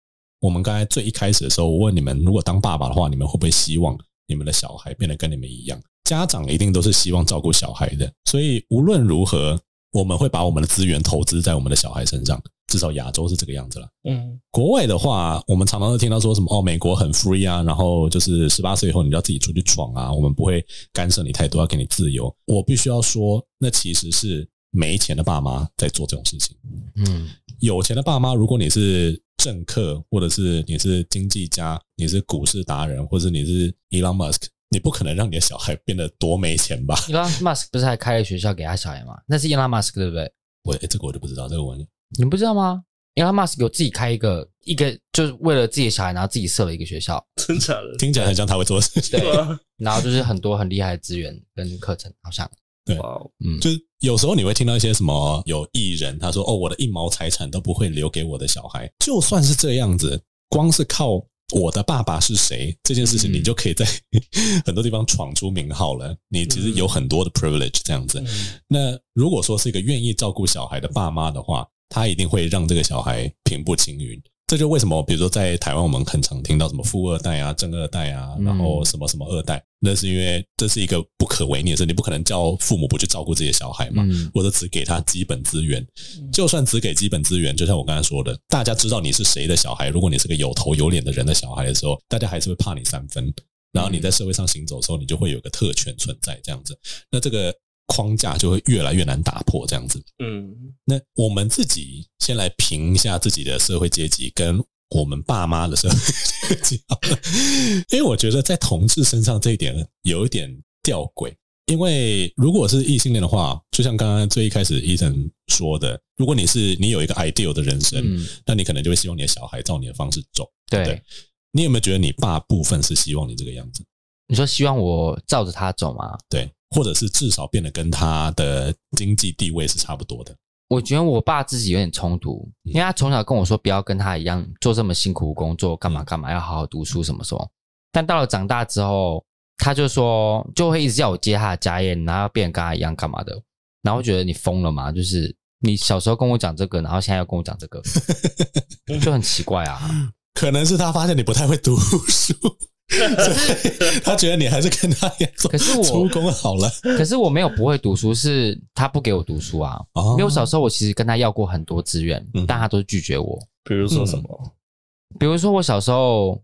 Speaker 1: 我们刚才最一开始的时候，我问你们，如果当爸爸的话，你们会不会希望你们的小孩变得跟你们一样？家长一定都是希望照顾小孩的，所以无论如何，我们会把我们的资源投资在我们的小孩身上。至少亚洲是这个样子了。
Speaker 3: 嗯，
Speaker 1: 国外的话，我们常常都听到说什么哦，美国很 free 啊，然后就是十八岁以后你要自己出去闯啊，我们不会干涉你太多，要给你自由。我必须要说，那其实是没钱的爸妈在做这种事情。
Speaker 2: 嗯，
Speaker 1: 有钱的爸妈，如果你是政客，或者是你是经济家，你是股市达人，或者是你是 Elon Musk，你不可能让你的小孩变得多没钱吧？
Speaker 2: 伊 Elon Musk 不是还开了学校给他小孩吗？那是 Elon Musk 对不对？
Speaker 1: 我、诶这个我就不知道，这个我
Speaker 2: 你不知道吗？Elon Musk 有自己开一个一个，就是为了自己的小孩，然后自己设了一个学校，
Speaker 3: 真假的？啊
Speaker 1: 听起来很像他会做的事情。
Speaker 2: 对，
Speaker 3: 哇
Speaker 2: 然后就是很多很厉害的资源跟课程，好像，
Speaker 1: 对
Speaker 3: 哇哦，
Speaker 2: 嗯，
Speaker 1: 就是有时候你会听到一些什么有艺人他说哦，我的一毛财产都不会留给我的小孩，就算是这样子，光是靠。我的爸爸是谁这件事情，
Speaker 2: 嗯
Speaker 1: 你就可以在 很多地方闯出名号了。你其实有很多的 privilege 这样子，那如果说是一个愿意照顾小孩的爸妈的话，他一定会让这个小孩平步青云。这就为什么，比如说在台湾，我们很常听到什么富二代啊、正二代啊，
Speaker 2: 嗯
Speaker 1: 然后什么什么二代，那是因为这是一个不可违逆的事，你不可能叫父母不去照顾自己的小孩嘛，
Speaker 2: 嗯
Speaker 1: 或者只给他基本资源。就算只给基本资源，就像我刚才说的，大家知道你是谁的小孩，如果你是个有头有脸的人的小孩的时候，大家还是会怕你三分。然后你在社会上行走的时候，你就会有个特权存在，这样子。那这个框架就会越来越难打破，这样子。
Speaker 3: 嗯
Speaker 1: 那我们自己先来评一下自己的社会阶级跟我们爸妈的社会阶级好了， 因为我觉得在同志身上这一点有一点吊诡。因为如果是异性恋的话，就像刚刚最一开始医生说的，如果你是你有一个 ideal 的人生，
Speaker 2: 嗯，
Speaker 1: 那你可能就会希望你的小孩照你的方式走。
Speaker 2: 对
Speaker 1: 对。你有没有觉得你爸部分是希望你这个样子？
Speaker 2: 你说希望我照着他走吗？
Speaker 1: 对，或者是至少变得跟他的经济地位是差不多的。
Speaker 2: 我觉得我爸自己有点冲突，
Speaker 1: 嗯
Speaker 2: 因为他从小跟我说不要跟他一样做这么辛苦工作，干
Speaker 1: 嗯
Speaker 2: 嘛干嘛，要好好读书什么什么。但到了长大之后，他就说就会一直叫我接他的家业，然后变得跟他一样干嘛的。然后我觉得你疯了吗？就是你小时候跟我讲这个，然后现在又跟我讲这个，就很奇怪啊。
Speaker 1: 可能是他发现你不太会读 书，所以他觉得你还是跟他一样说
Speaker 2: 可是我
Speaker 1: 出工好了。
Speaker 2: 可是我没有不会读书，是他不给我读书啊。
Speaker 1: 哦
Speaker 2: 因为我小时候我其实跟他要过很多资源，
Speaker 1: 嗯
Speaker 2: 但他都拒绝我。
Speaker 3: 比如说什么？
Speaker 2: 比如说我小时候，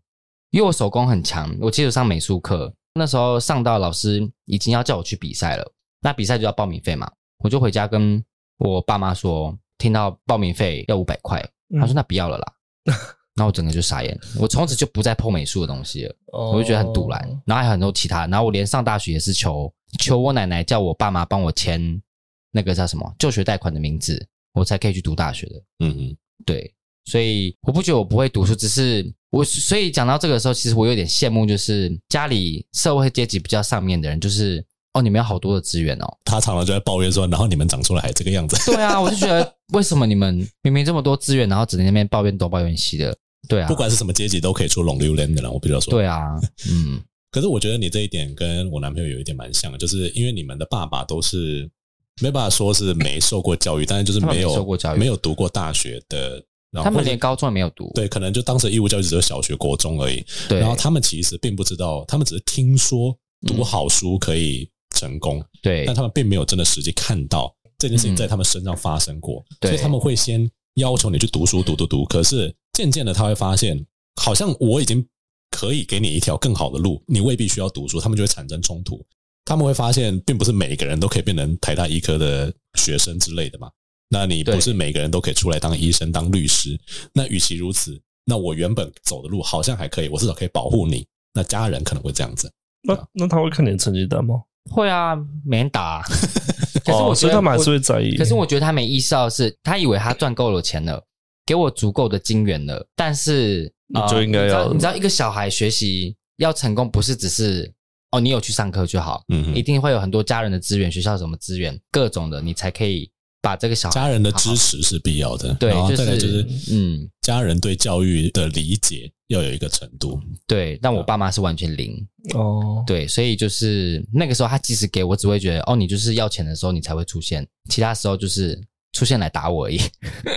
Speaker 2: 因为我手工很强，我记得上美术课那时候上到老师已经要叫我去比赛了，那比赛就要报名费嘛，我就回家跟我爸妈说，听到报名费要五百块，
Speaker 3: 嗯
Speaker 2: 他说那不要了啦，然后我整个就傻眼，我从此就不再碰美术的东西了，嗯我就觉得很
Speaker 1: 哦
Speaker 2: 堵然，
Speaker 3: 哦
Speaker 2: 然后还有很多其他，然后我连上大学也是求求我奶奶叫我爸妈帮我签那个叫什么就学贷款的名字，我才可以去读大学的。
Speaker 1: 嗯
Speaker 2: 对，所以我不觉得我不会读书，只是我所以讲到这个的时候，其实我有点羡慕，就是家里社会阶级比较上面的人，就是哦，你们有好多的资源哦。
Speaker 1: 他常常就在抱怨说，然后你们长出来还这个样子。
Speaker 2: 对啊，我就觉得为什么你们明明这么多资源，然后只能在那边抱怨东抱怨西的？对啊
Speaker 1: 不，管是什么阶级，都可以出龙溜人的了。我比较说，
Speaker 2: 对啊，嗯，
Speaker 1: 可是我觉得你这一点跟我男朋友有一点蛮像的，就是因为你们的爸爸都是没办法说是没受过教育，但是就是
Speaker 2: 嗯他们
Speaker 1: 没有
Speaker 2: 没受过教育
Speaker 1: 没有读过大学的， 然后
Speaker 2: 他们
Speaker 1: 或者
Speaker 2: 连高中也没有读，
Speaker 1: 对，可能就当时义务教育只有小学、国中而已。
Speaker 2: 对
Speaker 1: 然后他们其实并不知道，他们只是听说
Speaker 2: 嗯
Speaker 1: 读好书可以成功，
Speaker 2: 对
Speaker 1: 但他们并没有真的实际看到这件事情
Speaker 2: 嗯
Speaker 1: 在他们身上发生过，
Speaker 2: 对
Speaker 1: 所以他们会先要求你去读书，读读读。可是渐渐的，他会发现，好像我已经可以给你一条更好的路，你未必需要读书，他们就会产生冲突。他们会发现，并不是每个人都可以变成台大医科的学生之类的嘛。那你
Speaker 2: 对
Speaker 1: 不是每个人都可以出来当医生、当律师。那与其如此，那我原本走的路好像还可以，我至少可以保护你。那家人可能会这样子，
Speaker 3: 那那他会看你的成绩单吗？
Speaker 2: 会啊，没人打啊、 可是
Speaker 3: 哦
Speaker 2: 我觉
Speaker 3: 所以
Speaker 2: 得
Speaker 3: 他们还
Speaker 2: 我
Speaker 3: 是会在意。
Speaker 2: 可是我觉得他没意识到的是，他以为他赚够了钱了，给我足够的金元了，但是呃
Speaker 3: 你就应该
Speaker 2: 你知道
Speaker 3: 要
Speaker 2: 你知道一个小孩学习要成功，不是只是哦，你有去上课就好，
Speaker 1: 嗯哼
Speaker 2: 一定会有很多家人的资源、学校什么资源、各种的，你才可以把这个小孩
Speaker 1: 家人的
Speaker 2: 好好
Speaker 1: 支持是必要的，
Speaker 2: 对
Speaker 1: 然后
Speaker 2: 就
Speaker 1: 再来就是是
Speaker 2: 嗯
Speaker 1: 家人对教育的理解要有一个程度，
Speaker 2: 对，但我爸妈是完全零，
Speaker 3: 哦，
Speaker 2: 对，所以就是那个时候他即使给我，只会觉得哦，你就是要钱的时候你才会出现，其他时候就是出现来打我而已。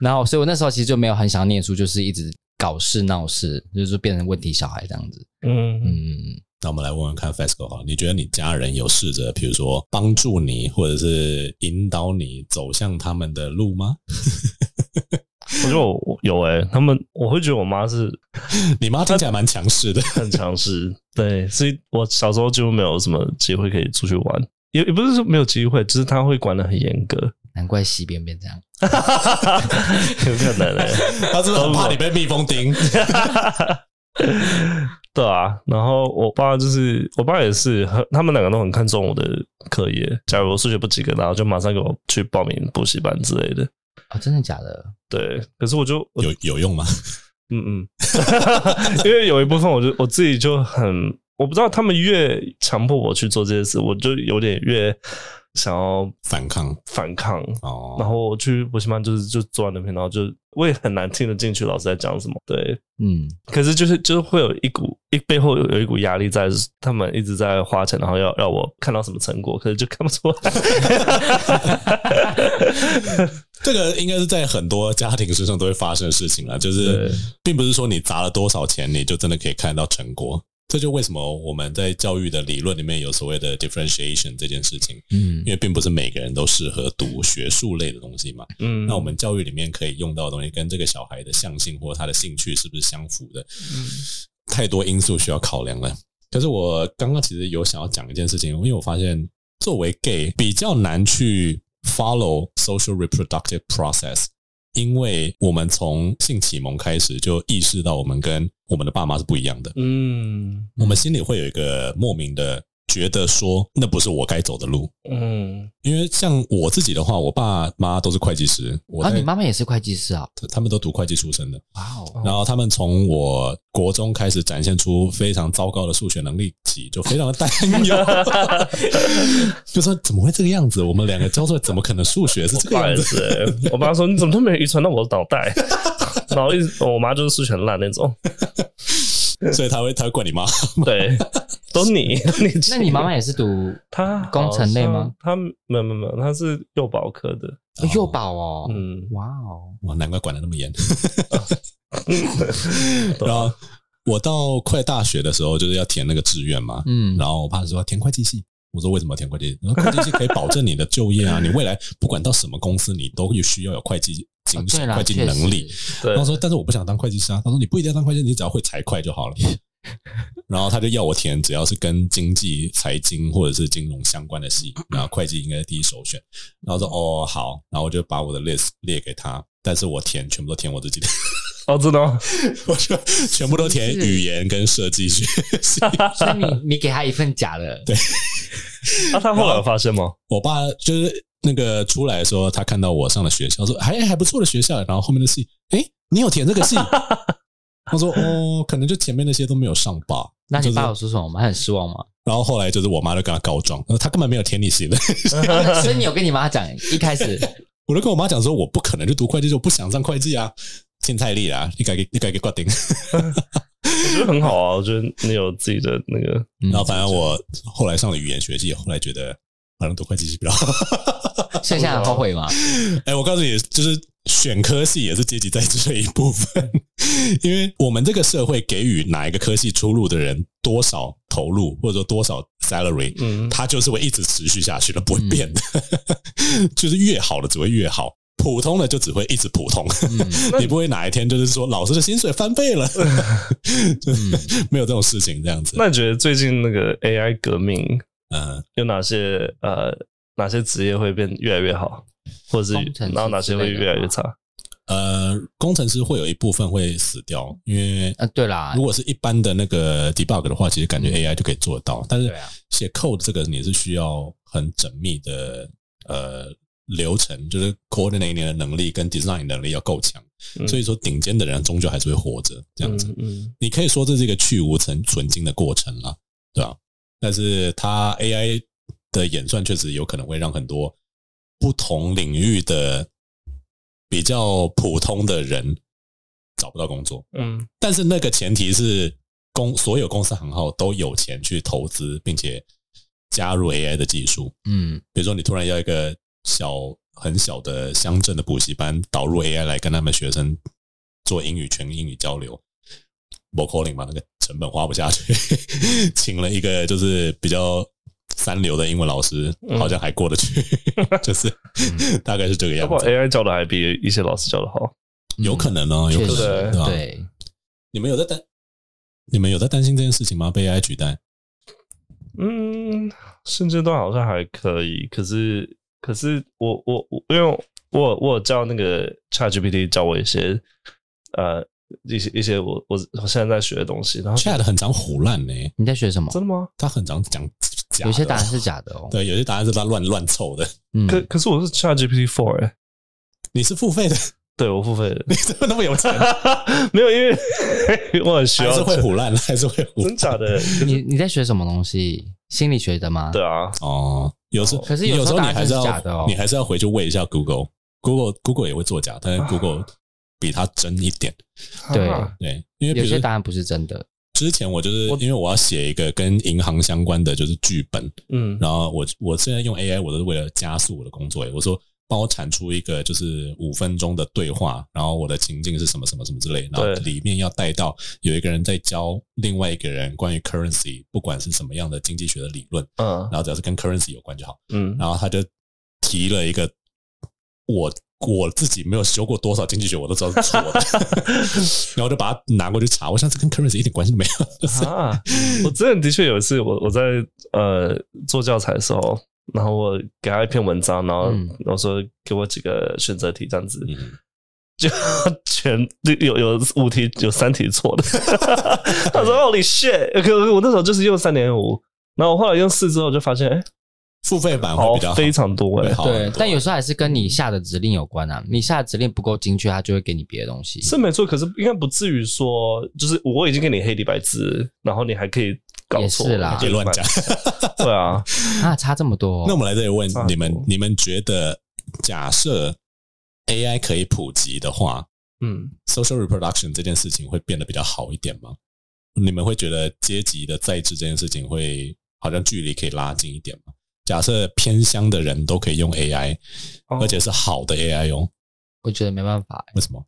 Speaker 2: 然后，所以我那时候其实就没有很想念书，就是一直搞事闹事，就是变成问题小孩这样子。
Speaker 3: 嗯，
Speaker 2: 嗯，
Speaker 1: 那我们来问问看 FESCO 哈，你觉得你家人有试着，比如说帮助你，或者是引导你走向他们的路吗？
Speaker 3: 我觉得我我有诶、他们我会觉得我妈是
Speaker 1: 你妈听起来蛮强势的，
Speaker 3: 很强势， 对，所以我小时候就没有什么机会可以出去玩，也也不是说没有机会，只是她会管的很严格，
Speaker 2: 难怪西边变这样。
Speaker 3: 有啊可能诶、
Speaker 1: 她是不是很怕你被蜜蜂 叮？
Speaker 3: 对啊，然后我爸就是，我爸也是，很他们两个都很看重我的课业。假如我数学不及格，然后就马上给我去报名补习班之类的。
Speaker 2: 哦，真的假的？
Speaker 3: 对，可是我就，我
Speaker 1: 有有用吗？
Speaker 3: 嗯嗯， 因为有一部分我就我自己就很，我不知道他们越强迫我去做这些事，我就有点越想要
Speaker 1: 反抗
Speaker 3: 反抗。然
Speaker 1: 哦，
Speaker 3: 后我去补习班就是就坐在那边，然后就我也很难听得进去老师在讲什么。对，
Speaker 2: 嗯，
Speaker 3: 可是就是就是会有一股一背后有有一股压力在，就是他们一直在花钱，然后要让我看到什么成果，可是就看不出来。
Speaker 1: 这个应该是在很多家庭身上都会发生的事情啦，就是
Speaker 3: 对
Speaker 1: 并不是说你砸了多少钱，你就真的可以看到成果。这就为什么我们在教育的理论里面有所谓的 differentiation 这件事情，
Speaker 2: 嗯
Speaker 1: 因，为并不是每个人都适合读学术类的东西嘛。
Speaker 3: 嗯，
Speaker 1: 那我们教育里面可以用到的东西，跟这个小孩的向性或他的兴趣是不是相符的，
Speaker 2: 嗯
Speaker 1: 太多因素需要考量了。可是我刚刚其实有想要讲一件事情，因为我发现作为 gay 比较难去 follow social reproductive process，因为我们从性启蒙开始就意识到我们跟我们的爸妈是不一样的，
Speaker 3: 嗯
Speaker 1: 我们心里会有一个莫名的觉得说那不是我该走的路。
Speaker 3: 嗯
Speaker 1: 因为像我自己的话，我爸妈都是会计师，我
Speaker 2: 啊，
Speaker 1: 在
Speaker 2: 你妈妈也是会计师啊？
Speaker 1: 他们都读会计出身的，
Speaker 2: 哇哦，
Speaker 1: 然后他们从我国中开始展现出非常糟糕的数学能力起，就非常的担忧， 就说怎么会这个样子？我们两个教授怎么可能数学是这
Speaker 3: 不
Speaker 1: 个
Speaker 3: 好
Speaker 1: 样
Speaker 3: 意
Speaker 1: 子？
Speaker 3: 思、我爸说你怎么都没有遗传到我的脑袋， 然后一直我妈就是数学很烂那 种，
Speaker 1: 所以他会他会怪你妈，
Speaker 3: 对， 都你都你起，
Speaker 2: 那你妈妈也是读
Speaker 1: 哦
Speaker 3: 她好
Speaker 2: 工程类吗
Speaker 3: 像？她没有没有没有，她是幼保科的，
Speaker 2: 哦幼保哦？
Speaker 3: 嗯，
Speaker 2: 哇哦，
Speaker 1: 哇，难怪管得那么 严。
Speaker 3: 对
Speaker 1: 然后我到快大学的时候，就是要填那个志愿嘛，
Speaker 2: 嗯，
Speaker 1: 然后我爸说填会计系，我说为什么要填会计系？他说会计系可以保证你的就业啊，你未来不管到什么公司，你都需要有会计
Speaker 2: 哦
Speaker 1: 精
Speaker 2: 对
Speaker 1: 神、
Speaker 2: 啦，
Speaker 1: 会计
Speaker 2: 确
Speaker 1: 能力。
Speaker 2: 实
Speaker 3: 对
Speaker 1: 然后说，但是我不想当会计师啊。他说你不一定要当会计师，你只要会财会就好了。然后他就要我填，只要是跟经济、财经或者是金融相关的系，然后会计应该是第一首选。然后说哦好，然后我就把我的 list 列给他，但是我填全部都填我自己的，
Speaker 3: 哦，真的哦，
Speaker 1: 我就全部都填
Speaker 2: 是
Speaker 1: 语言跟设计学系。
Speaker 2: 所以你你给她一份假的，对，
Speaker 3: 啊，她后来有发 现吗？
Speaker 1: 我爸就是那个出来的时候，他看到我上了学校，说哎还还不错的学校，然后后面的系，诶，你有填这个系？他说哦，可能就前面那些都没有上吧。
Speaker 2: 那你
Speaker 1: 就是
Speaker 2: 爸有说什么吗？很失望吗？
Speaker 1: 然后后来就是我妈就跟他告状，她说她根本没有填你系的。
Speaker 2: 所以你有跟你妈讲一开始，
Speaker 1: 我就跟我妈讲说，我不可能就读会计，就不想上会计啊，青菜力啦，你改给你改给挂顶。
Speaker 3: 我觉得很好啊，我觉得你有自己的那个，
Speaker 2: 嗯
Speaker 1: 然后反正我后来上了语言学系，后来觉得反正读会计系比较好。
Speaker 2: 剩下很后悔吗？
Speaker 1: 哎、我告诉你，就是选科系也是阶级在这一部分， 因为我们这个社会给予哪一个科系出路的人多少投入，或者说多少 salary，
Speaker 3: 嗯，
Speaker 1: 它就是会一直持续下去的，不会变的。 就是越好的只会越好，普通的就只会一直普通。
Speaker 2: 嗯
Speaker 1: 你不会哪一天就是说老师的薪水翻倍 了，
Speaker 2: 嗯
Speaker 1: 就是没有这种事情这样子。
Speaker 3: 那你觉得最近那个 AI 革命
Speaker 1: 嗯，
Speaker 3: 有哪些呃哪些职业会变越来越好，或者是
Speaker 2: 工程师
Speaker 3: 然后哪些会越来越差？
Speaker 1: 呃，工程师会有一部分会死掉，因为
Speaker 2: 啊，对啦
Speaker 1: 如，果是一般的那个 debug 的话，其实感觉
Speaker 2: 嗯
Speaker 1: AI 就可以做到，但是
Speaker 2: 对啊
Speaker 1: 写 code 这个你是需要很缜密的呃流程，就是 coordinating 的能力跟 design 能力要够强，
Speaker 3: 嗯
Speaker 1: 所以说顶尖的人终究还是会活着这样子。
Speaker 3: 嗯嗯
Speaker 1: 你可以说这是一个去无存存精的过程啦，对吧、但是它 AI 的演算确实有可能会让很多不同领域的比较普通的人找不到工作。
Speaker 3: 嗯
Speaker 1: 但是那个前提是公所有公司行号都有钱去投资，并且加入 AI 的技术。
Speaker 2: 嗯
Speaker 1: 比如说，你突然要一个小很小的乡镇的补习班导入 AI 来跟他们学生做英语全英语交流，不可能嘛，那个成本花不下去， 请了一个就是比较三流的英文老师，
Speaker 3: 嗯
Speaker 1: 好像还过得去，就是大概是这个
Speaker 3: 要
Speaker 1: 样
Speaker 3: 不哎然
Speaker 1: 子，
Speaker 3: AI 教的还比一些老师教的好。
Speaker 1: 有可能哦，有可
Speaker 2: 确
Speaker 1: 能，
Speaker 2: 实
Speaker 1: 对吧？
Speaker 2: 嗯对，
Speaker 1: 你们有在担，你们有在担心这件事情吗？被 AI 取代？
Speaker 3: 嗯，甚至段好像还可以，可是可是我我我因为我我有叫那个 ChatGPT 教我一些呃一些一些我我我现在在学的东西，然后
Speaker 1: Chat 很常胡乱呢、
Speaker 2: 你在学什么？
Speaker 3: 真的吗？
Speaker 1: 他很常讲假的，
Speaker 2: 有些答案是假的哦。
Speaker 1: 对，有些答案是他乱乱凑的。
Speaker 2: 嗯，
Speaker 3: 可可是我是 ChatGPT Four 哎、
Speaker 1: 你是付费的，
Speaker 3: 对我付费的，
Speaker 1: 你怎么那么有钱？
Speaker 3: 没有 因为我很需
Speaker 1: 还
Speaker 3: 要
Speaker 1: 是会胡乱，还是会胡
Speaker 3: 真
Speaker 1: 乱
Speaker 3: 假的，
Speaker 2: 你你在学什么东西？心理学的吗？
Speaker 3: 对啊，
Speaker 1: 哦。有时候，
Speaker 2: 可是有
Speaker 1: 有
Speaker 2: 时候
Speaker 1: 你
Speaker 2: 答案
Speaker 1: 还是
Speaker 2: 是假的哦
Speaker 1: 要，你还是要回去问一下 Google。Google Google 也会作假，但是 Google 比它真一点。
Speaker 2: 对
Speaker 3: 啊
Speaker 1: 对，因为比
Speaker 2: 有
Speaker 1: 如
Speaker 2: 些
Speaker 1: 说
Speaker 2: 答案不是真的。
Speaker 1: 之前我就是
Speaker 3: 我
Speaker 1: 因为我要写一个跟银行相关的就是剧本，
Speaker 3: 嗯
Speaker 1: 然后我我现在用 AI，我都是为了加速我的工作欸。我说帮我产出一个就是五分钟的对话，然后我的情境是什么什么什么之类，然后
Speaker 3: 对
Speaker 1: 里面要带到有一个人在教另外一个人关于 currency，不管是什么样的经济学的理论，
Speaker 3: 嗯
Speaker 1: 然后只要是跟 currency 有关就好。
Speaker 3: 嗯
Speaker 1: 然后他就提了一个我我自己没有修过多少经济学，我都知道是 错的，然后我就把它拿过去查，我想这跟 currency 一点关系都没有。
Speaker 3: 啊， 我之前的确有一次我，我在呃做教材的时候，然后我给他一篇文章，然后
Speaker 2: 嗯
Speaker 3: 我说给我几个选择题这样子，
Speaker 1: 嗯
Speaker 3: 就 全有有五题有三题错的。 他说 Holy shit！可我那时候就是用三点五，然后我后来用四之后就发现，哎、
Speaker 1: 付费版哦会
Speaker 3: 好
Speaker 1: 比较好，
Speaker 3: 非常多哎、
Speaker 1: 会好啊很
Speaker 2: 对
Speaker 1: 多，
Speaker 2: 但有时候还是跟你下的指令有关啊。你下的指令不够精确，它就会给你别的东西。
Speaker 3: 是没错，可是应该不至于说，就是我已经给你黑底白字，然后你还可以搞
Speaker 2: 也
Speaker 3: 错，
Speaker 2: 是啦
Speaker 1: 别乱讲。
Speaker 3: 对啊，
Speaker 2: 啊，差这么多。
Speaker 1: 那我们来这里问
Speaker 3: 差不多
Speaker 1: 你们：你们觉得，假设 AI 可以普及的话
Speaker 3: 嗯。
Speaker 1: ，social reproduction 这件事情会变得比较好一点吗？你们会觉得阶级的在制这件事情会好像距离可以拉近一点吗？假设偏乡的人都可以用 AI，、
Speaker 3: 哦
Speaker 1: 而且是好的 AI 哦，
Speaker 2: 我觉得没办法，欸
Speaker 1: 为什么？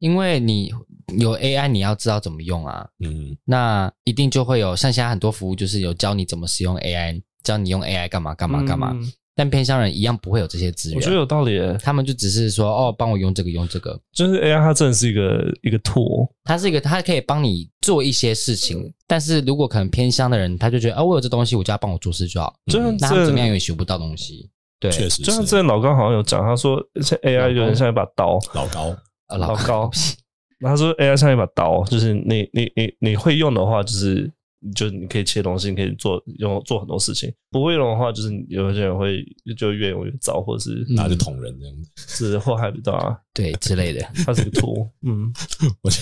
Speaker 2: 因为你有 AI，你要知道怎么用啊。
Speaker 1: 嗯
Speaker 2: 那一定就会有像现在很多服务就是有教你怎么使用 AI，教你用 AI 干嘛干嘛干嘛。
Speaker 3: 嗯
Speaker 2: 但偏向人一样不会有这些资
Speaker 3: 我觉得
Speaker 2: 源，
Speaker 3: 有道理耶，
Speaker 2: 他们就只是说哦，帮我用这个用这个。
Speaker 3: 就是 AI 它真的是一个一个 tool，
Speaker 2: 它是一个，它可以帮你做一些事
Speaker 3: 嗯
Speaker 2: 情，但是如果可能偏乡的人，他就觉得，啊，我有这东西，我就要帮我做事就好。
Speaker 3: 就像
Speaker 1: 嗯
Speaker 2: 那他们怎么样
Speaker 3: 这
Speaker 2: 也学不到东西。对，
Speaker 1: 确实
Speaker 3: 就像之
Speaker 1: 是
Speaker 3: 前老高好像有讲，他说像 AI 有点像一把刀，
Speaker 1: 老高，
Speaker 2: 呃
Speaker 3: 老
Speaker 2: 老
Speaker 3: 高，他说 AI 像一把刀，就是你你你你会用的话，就是就是你可以切东西，你可以做用做很多事情；不会用的话，就是有些人会就越用越糟，或者是
Speaker 1: 拿着捅人这样子。
Speaker 3: 是祸害比较大。
Speaker 2: 对之类 的。
Speaker 3: 它是一个 tool，嗯
Speaker 1: 我觉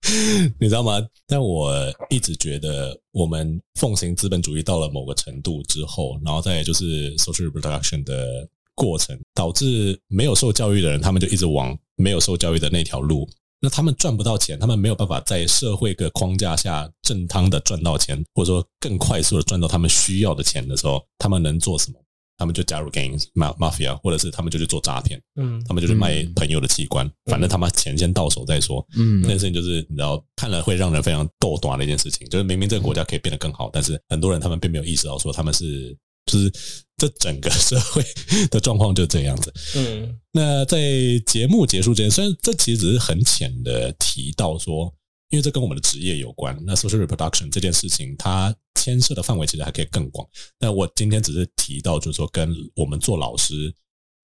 Speaker 1: 得你知道吗？但我一直觉得，我们奉行资本主义到了某个程度之后，然后再来就是 social reproduction 的过程，导致没有受教育的人，他们就一直往没有受教育的那条路。那他们赚不到钱，他们没有办法在社会的框架下正当的赚到钱，或者说更快速的赚到他们需要的钱的时候，他们能做什么？他们就加入 gangs、ma- mafia，或者是他们就去做诈骗，
Speaker 3: 嗯
Speaker 1: 他们就去卖
Speaker 2: 嗯
Speaker 1: 朋友的器官，反正他妈钱先到手再说。那件事
Speaker 2: 嗯，
Speaker 1: 情就是你知道，看了会让人非常斗短的一件事情，就是明明这个国家可以变得更好，但是很多人他们并没有意识到说他们是就是这整个社会 的状况就这样子。
Speaker 3: 嗯
Speaker 1: 那在节目结束之前，虽然这其实只是很浅的提到说，因为这跟我们的职业有关，那 social reproduction 这件事情它牵涉的范围其实还可以更广。那我今天只是提到，就是说跟我们做老师。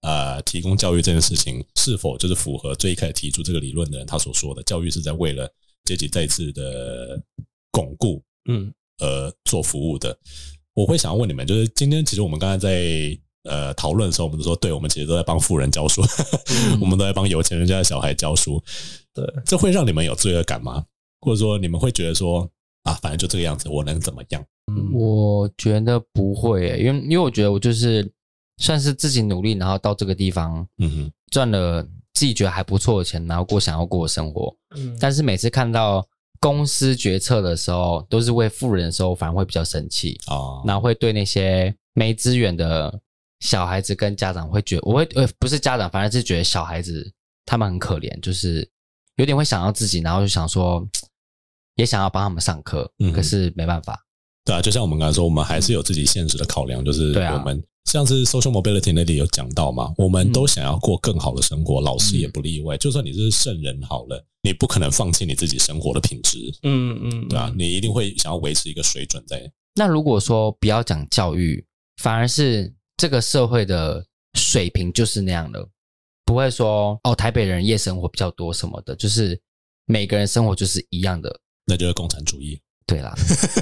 Speaker 1: 呃，提供教育这件事情是否就是符合最一开始提出这个理论的人他所说的，教育是在为了阶级再次的巩固
Speaker 3: 嗯
Speaker 1: 呃做服务的。我会想要问你们，就是今天其实我们刚才在呃讨论的时候，我们都说，对我们其实都在帮富人教书，
Speaker 2: 嗯
Speaker 1: 我们都在帮有钱人家的小孩教书。
Speaker 3: 对，
Speaker 1: 这会让你们有罪恶感吗？或者说你们会觉得说啊，反正就这个样子，我能怎么样？
Speaker 2: 我觉得不会、欸，因为因为我觉得我就是算是自己努力，然后到这个地方
Speaker 1: 嗯哼，
Speaker 2: 赚了自己觉得还不错的钱，然后过想要过的生活。
Speaker 3: 嗯
Speaker 2: 但是每次看到公司决策的时候，都是为富人的时候，反而会比较生气，
Speaker 1: 哦，
Speaker 2: 然后会对那些没资源的小孩子跟家长会觉我会呃不是家长，反而是觉得小孩子他们很可怜，就是有点会想要自己，然后就想说也想要帮他们上课，
Speaker 1: 嗯
Speaker 2: 可是没办法，
Speaker 1: 对啊，就像我们刚才说，我们还是有自己现实的考量，就是
Speaker 2: 对啊
Speaker 1: 我们像是 social mobility 那里有讲到嘛，我们
Speaker 2: 嗯
Speaker 1: 都想要过更好的生活，老师也不例外。就算你是圣人好了，你不可能放弃你自己生活的品质，
Speaker 3: 嗯嗯，
Speaker 1: 对啊，你一定会想要维持一个水准在。
Speaker 2: 那如果说不要讲教育，反而是这个社会的水平就是那样的，不会说哦，台北人夜生活比较多什么的，就是每个人生活就是一样的。
Speaker 1: 那就是共产主义，
Speaker 2: 对 啦，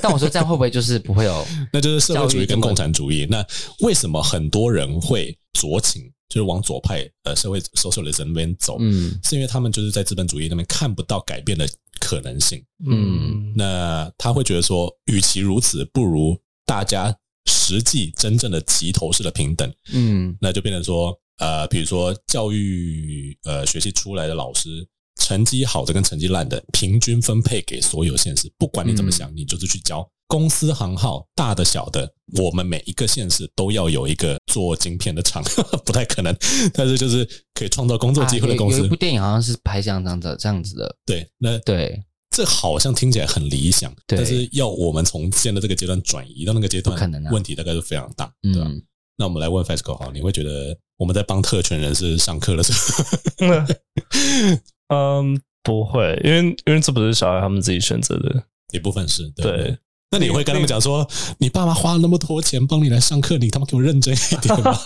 Speaker 2: 但我说这样会不会就是不会有？
Speaker 1: 那就是社会主
Speaker 2: 教育
Speaker 1: 义跟
Speaker 2: 这么
Speaker 1: 共产主义。那为什么很多人会左倾，就是往左派呃社会 socialism 那边走？
Speaker 2: 嗯
Speaker 1: 是因为他们就是在资本主义那边看不到改变的可能性，
Speaker 2: 嗯
Speaker 1: 那他会觉得说，与其如此，不如大家实际真正的齐头式的平等，
Speaker 2: 嗯
Speaker 1: 那就变成说，呃，比如说教育呃学系出来的老师，成绩好的跟成绩烂的平均分配给所有县市，不管你怎么想，你就是去教。公司行号大的小的，我们每一个县市都要有一个做晶片的厂， 不太可能，但是就是可以创造工作机会的公
Speaker 2: 啊有
Speaker 1: 司。
Speaker 2: 有一部电影好像是拍像这样子这样子的，
Speaker 1: 对，那
Speaker 2: 对，
Speaker 1: 这好像听起来很理想，
Speaker 2: 对
Speaker 1: 但是要我们从现在这个阶段转移到那个阶段，
Speaker 2: 不可能啊
Speaker 1: 问题大概就非常大，对啊吧、
Speaker 2: 嗯，
Speaker 1: 那我们来问 FESCO 好，你会觉得我们在帮特权人士上课的时候，
Speaker 3: 嗯，不会，因为因为这不是小孩他们自己选择的，
Speaker 1: 一部分是对吧
Speaker 3: 对，
Speaker 1: 那你会跟他们讲说，你爸妈花了那么多钱帮你来上课，你他妈给我认真一点吧？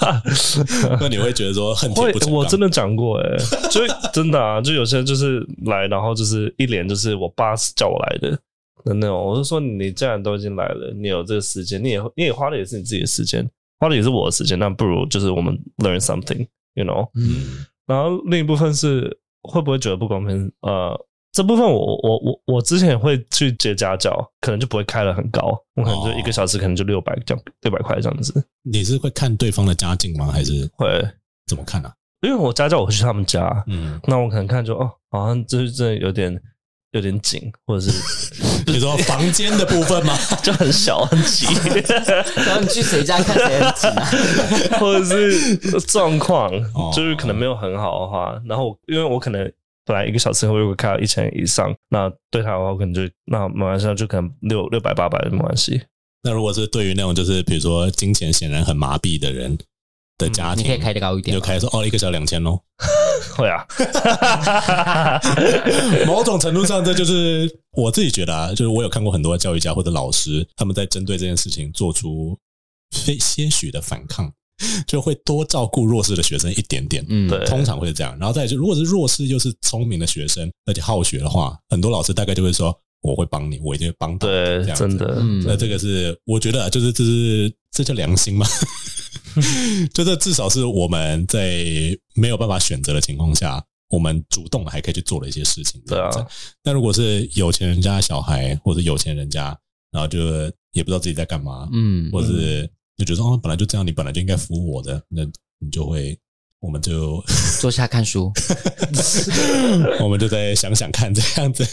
Speaker 1: 那你会觉得说恨铁
Speaker 3: 会
Speaker 1: 不，成钢？
Speaker 3: 我真的讲过 哎、就真的啊，就有些人就是来，然后就是一脸就是我爸叫我来的的那种，我就说你既然都已经来了，你有这个时间，你也你也花的也是你自己的时间，花的也是我的时间，那不如就是我们 learn something，you know。
Speaker 1: 嗯
Speaker 3: 然后另一部分是会不会觉得不公平？呃，这部分我我我我之前也会去接家教，可能就不会开的很高，我可能
Speaker 1: 哦
Speaker 3: 就一个小时可能就六百这样，六百块这样子。
Speaker 1: 你是会看对方的家境吗？还是
Speaker 3: 会，
Speaker 1: 怎么看啊？
Speaker 3: 因为我家教我会去他们家，
Speaker 1: 嗯，
Speaker 3: 那我可能看就哦，好像就是真的有点有点紧，或者是
Speaker 1: 你说房间的部分吗？
Speaker 3: 就很小很挤，
Speaker 2: 然啊后你去谁家看谁很紧啊？
Speaker 3: 或者是状况
Speaker 1: 哦
Speaker 3: 就是可能没有很好的话，然后我因为我可能。本来一个小时后如果开到一千以上，那对他的话，我可能就那没关系，那就可能六六百八百没关系。
Speaker 1: 那如果是对于那种就是比如说金钱显然很麻痹的人的家
Speaker 2: 嗯你
Speaker 1: 庭，
Speaker 2: 可以开得高一
Speaker 1: 你
Speaker 2: 点啊
Speaker 1: 就
Speaker 2: 吗，
Speaker 1: 开说哦，一个小时两千咯。
Speaker 3: 会啊，
Speaker 1: 某种程度上，这就是我自己觉得啊，就是我有看过很多教育家或者老师，他们在针对这件事情做出些些许的反抗，就会多照顾弱势的学生一点点。
Speaker 2: 嗯，
Speaker 3: 对
Speaker 1: 通常会是这样，然后再来就如果是弱势又是聪明的学生，而且好学的话，很多老师大概就会说我会帮你，我一定会帮到你。
Speaker 3: 对
Speaker 1: 这，样子
Speaker 3: 真的，
Speaker 2: 嗯
Speaker 1: 那这个是我觉得啊就是这是这叫良心嘛， 就这至少是我们在没有办法选择的情况下，我们主动还可以去做的一些事情。
Speaker 3: 对啊
Speaker 1: 这样子。那如果是有钱人家的小孩或者有钱人家，然后就也不知道自己在干嘛，
Speaker 2: 嗯，
Speaker 1: 或者是就觉得说哦，本来就这样，你本来就应该服务我的，那你就会。我们就
Speaker 2: 坐下看书，
Speaker 1: 我们就再想想看这样子。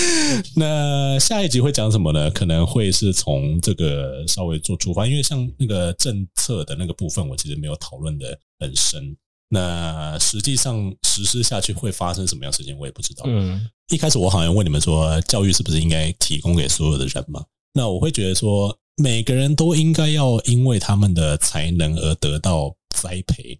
Speaker 1: 那下一集会讲什么呢？可能会是从这个稍微做出发，因为像那个政策的那个部分，我其实没有讨论的很深。那实际上实施下去会发生什么样的事情，我也不知道。
Speaker 3: 嗯，
Speaker 1: 一开始我好像问你们说，教育是不是应该提供给所有的人嘛？那我会觉得说，每个人都应该要因为他们的才能而得到栽培，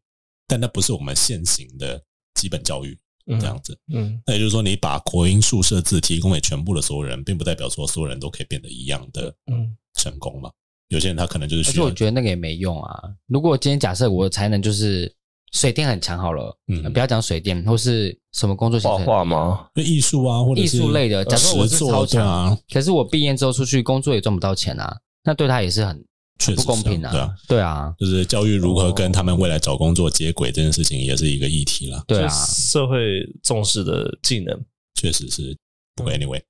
Speaker 1: 但那不是我们现行的基本教育
Speaker 3: 嗯
Speaker 1: 这样子。
Speaker 3: 嗯
Speaker 1: 那也就是说，你把国音数设置提供给全部的所有人，并不代表说所有人都可以变得一样的
Speaker 3: 嗯
Speaker 1: 成功嘛。有些人他可能就是
Speaker 2: 可
Speaker 1: 需
Speaker 2: 是
Speaker 1: 要
Speaker 2: 我，觉得那个也没用啊。如果今天假设我的才能就是水电很强好了，
Speaker 1: 嗯
Speaker 2: 呃不要讲水电或是什么工作形
Speaker 3: 画
Speaker 2: 式
Speaker 3: 画吗？
Speaker 1: 就艺术啊，或者
Speaker 2: 艺
Speaker 1: 是
Speaker 2: 术类的，假设我是
Speaker 1: 实作
Speaker 2: 超
Speaker 1: 对
Speaker 2: 强，
Speaker 1: 啊，
Speaker 2: 可是我毕业之后出去工作也赚不到钱啊，那对他也是很
Speaker 1: 确实
Speaker 2: 不公平
Speaker 1: 是啊对啊
Speaker 2: 啊。对啊，
Speaker 1: 就是教育如何跟他们未来找工作接轨这件事情，也是一个议题啦。
Speaker 2: 哦对
Speaker 3: 就
Speaker 2: 啊，
Speaker 3: 社会重视的技能。
Speaker 1: 确实是。不过 anyway，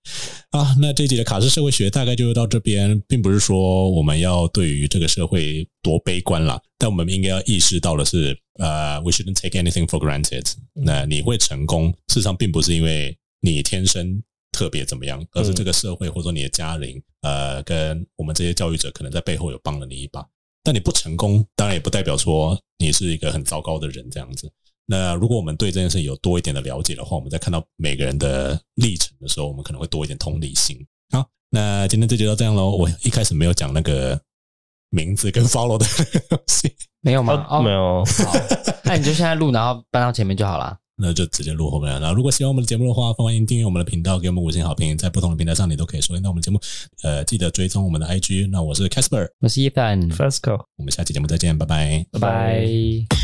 Speaker 1: 啊，那这一集的卡式社会学大概就到这边，并不是说我们要对于这个社会多悲观啦，但我们应该要意识到的是，呃，we shouldn't take anything for granted。那你会成功，事实上并不是因为你天生特别怎么样，而是这个社会或者说你的家人，呃，跟我们这些教育者可能在背后有帮了你一把。但你不成功，当然也不代表说你是一个很糟糕的人这样子。那如果我们对这件事有多一点的了解的话，我们在看到每个人的历程的时候，我们可能会多一点同理心。好，那今天这就到这样喽。我一开始没有讲那个名字跟 follow 的东西，
Speaker 2: 没有吗？
Speaker 3: 哦，
Speaker 2: 哦，
Speaker 3: 没。有，
Speaker 2: 好，那你就现在录，然后搬到前面就好了。
Speaker 1: 那就直接录后面了。那如果喜欢我们的节目的话，欢迎订阅我们的频道，给我们五星好评，在不同的平台上你都可以收听到我们节目。呃，记得追踪我们的 IG。那我是 Casper，
Speaker 2: 我是 Ethan，
Speaker 3: Fasco，
Speaker 1: 我们下期节目再见，拜拜。
Speaker 2: 拜拜。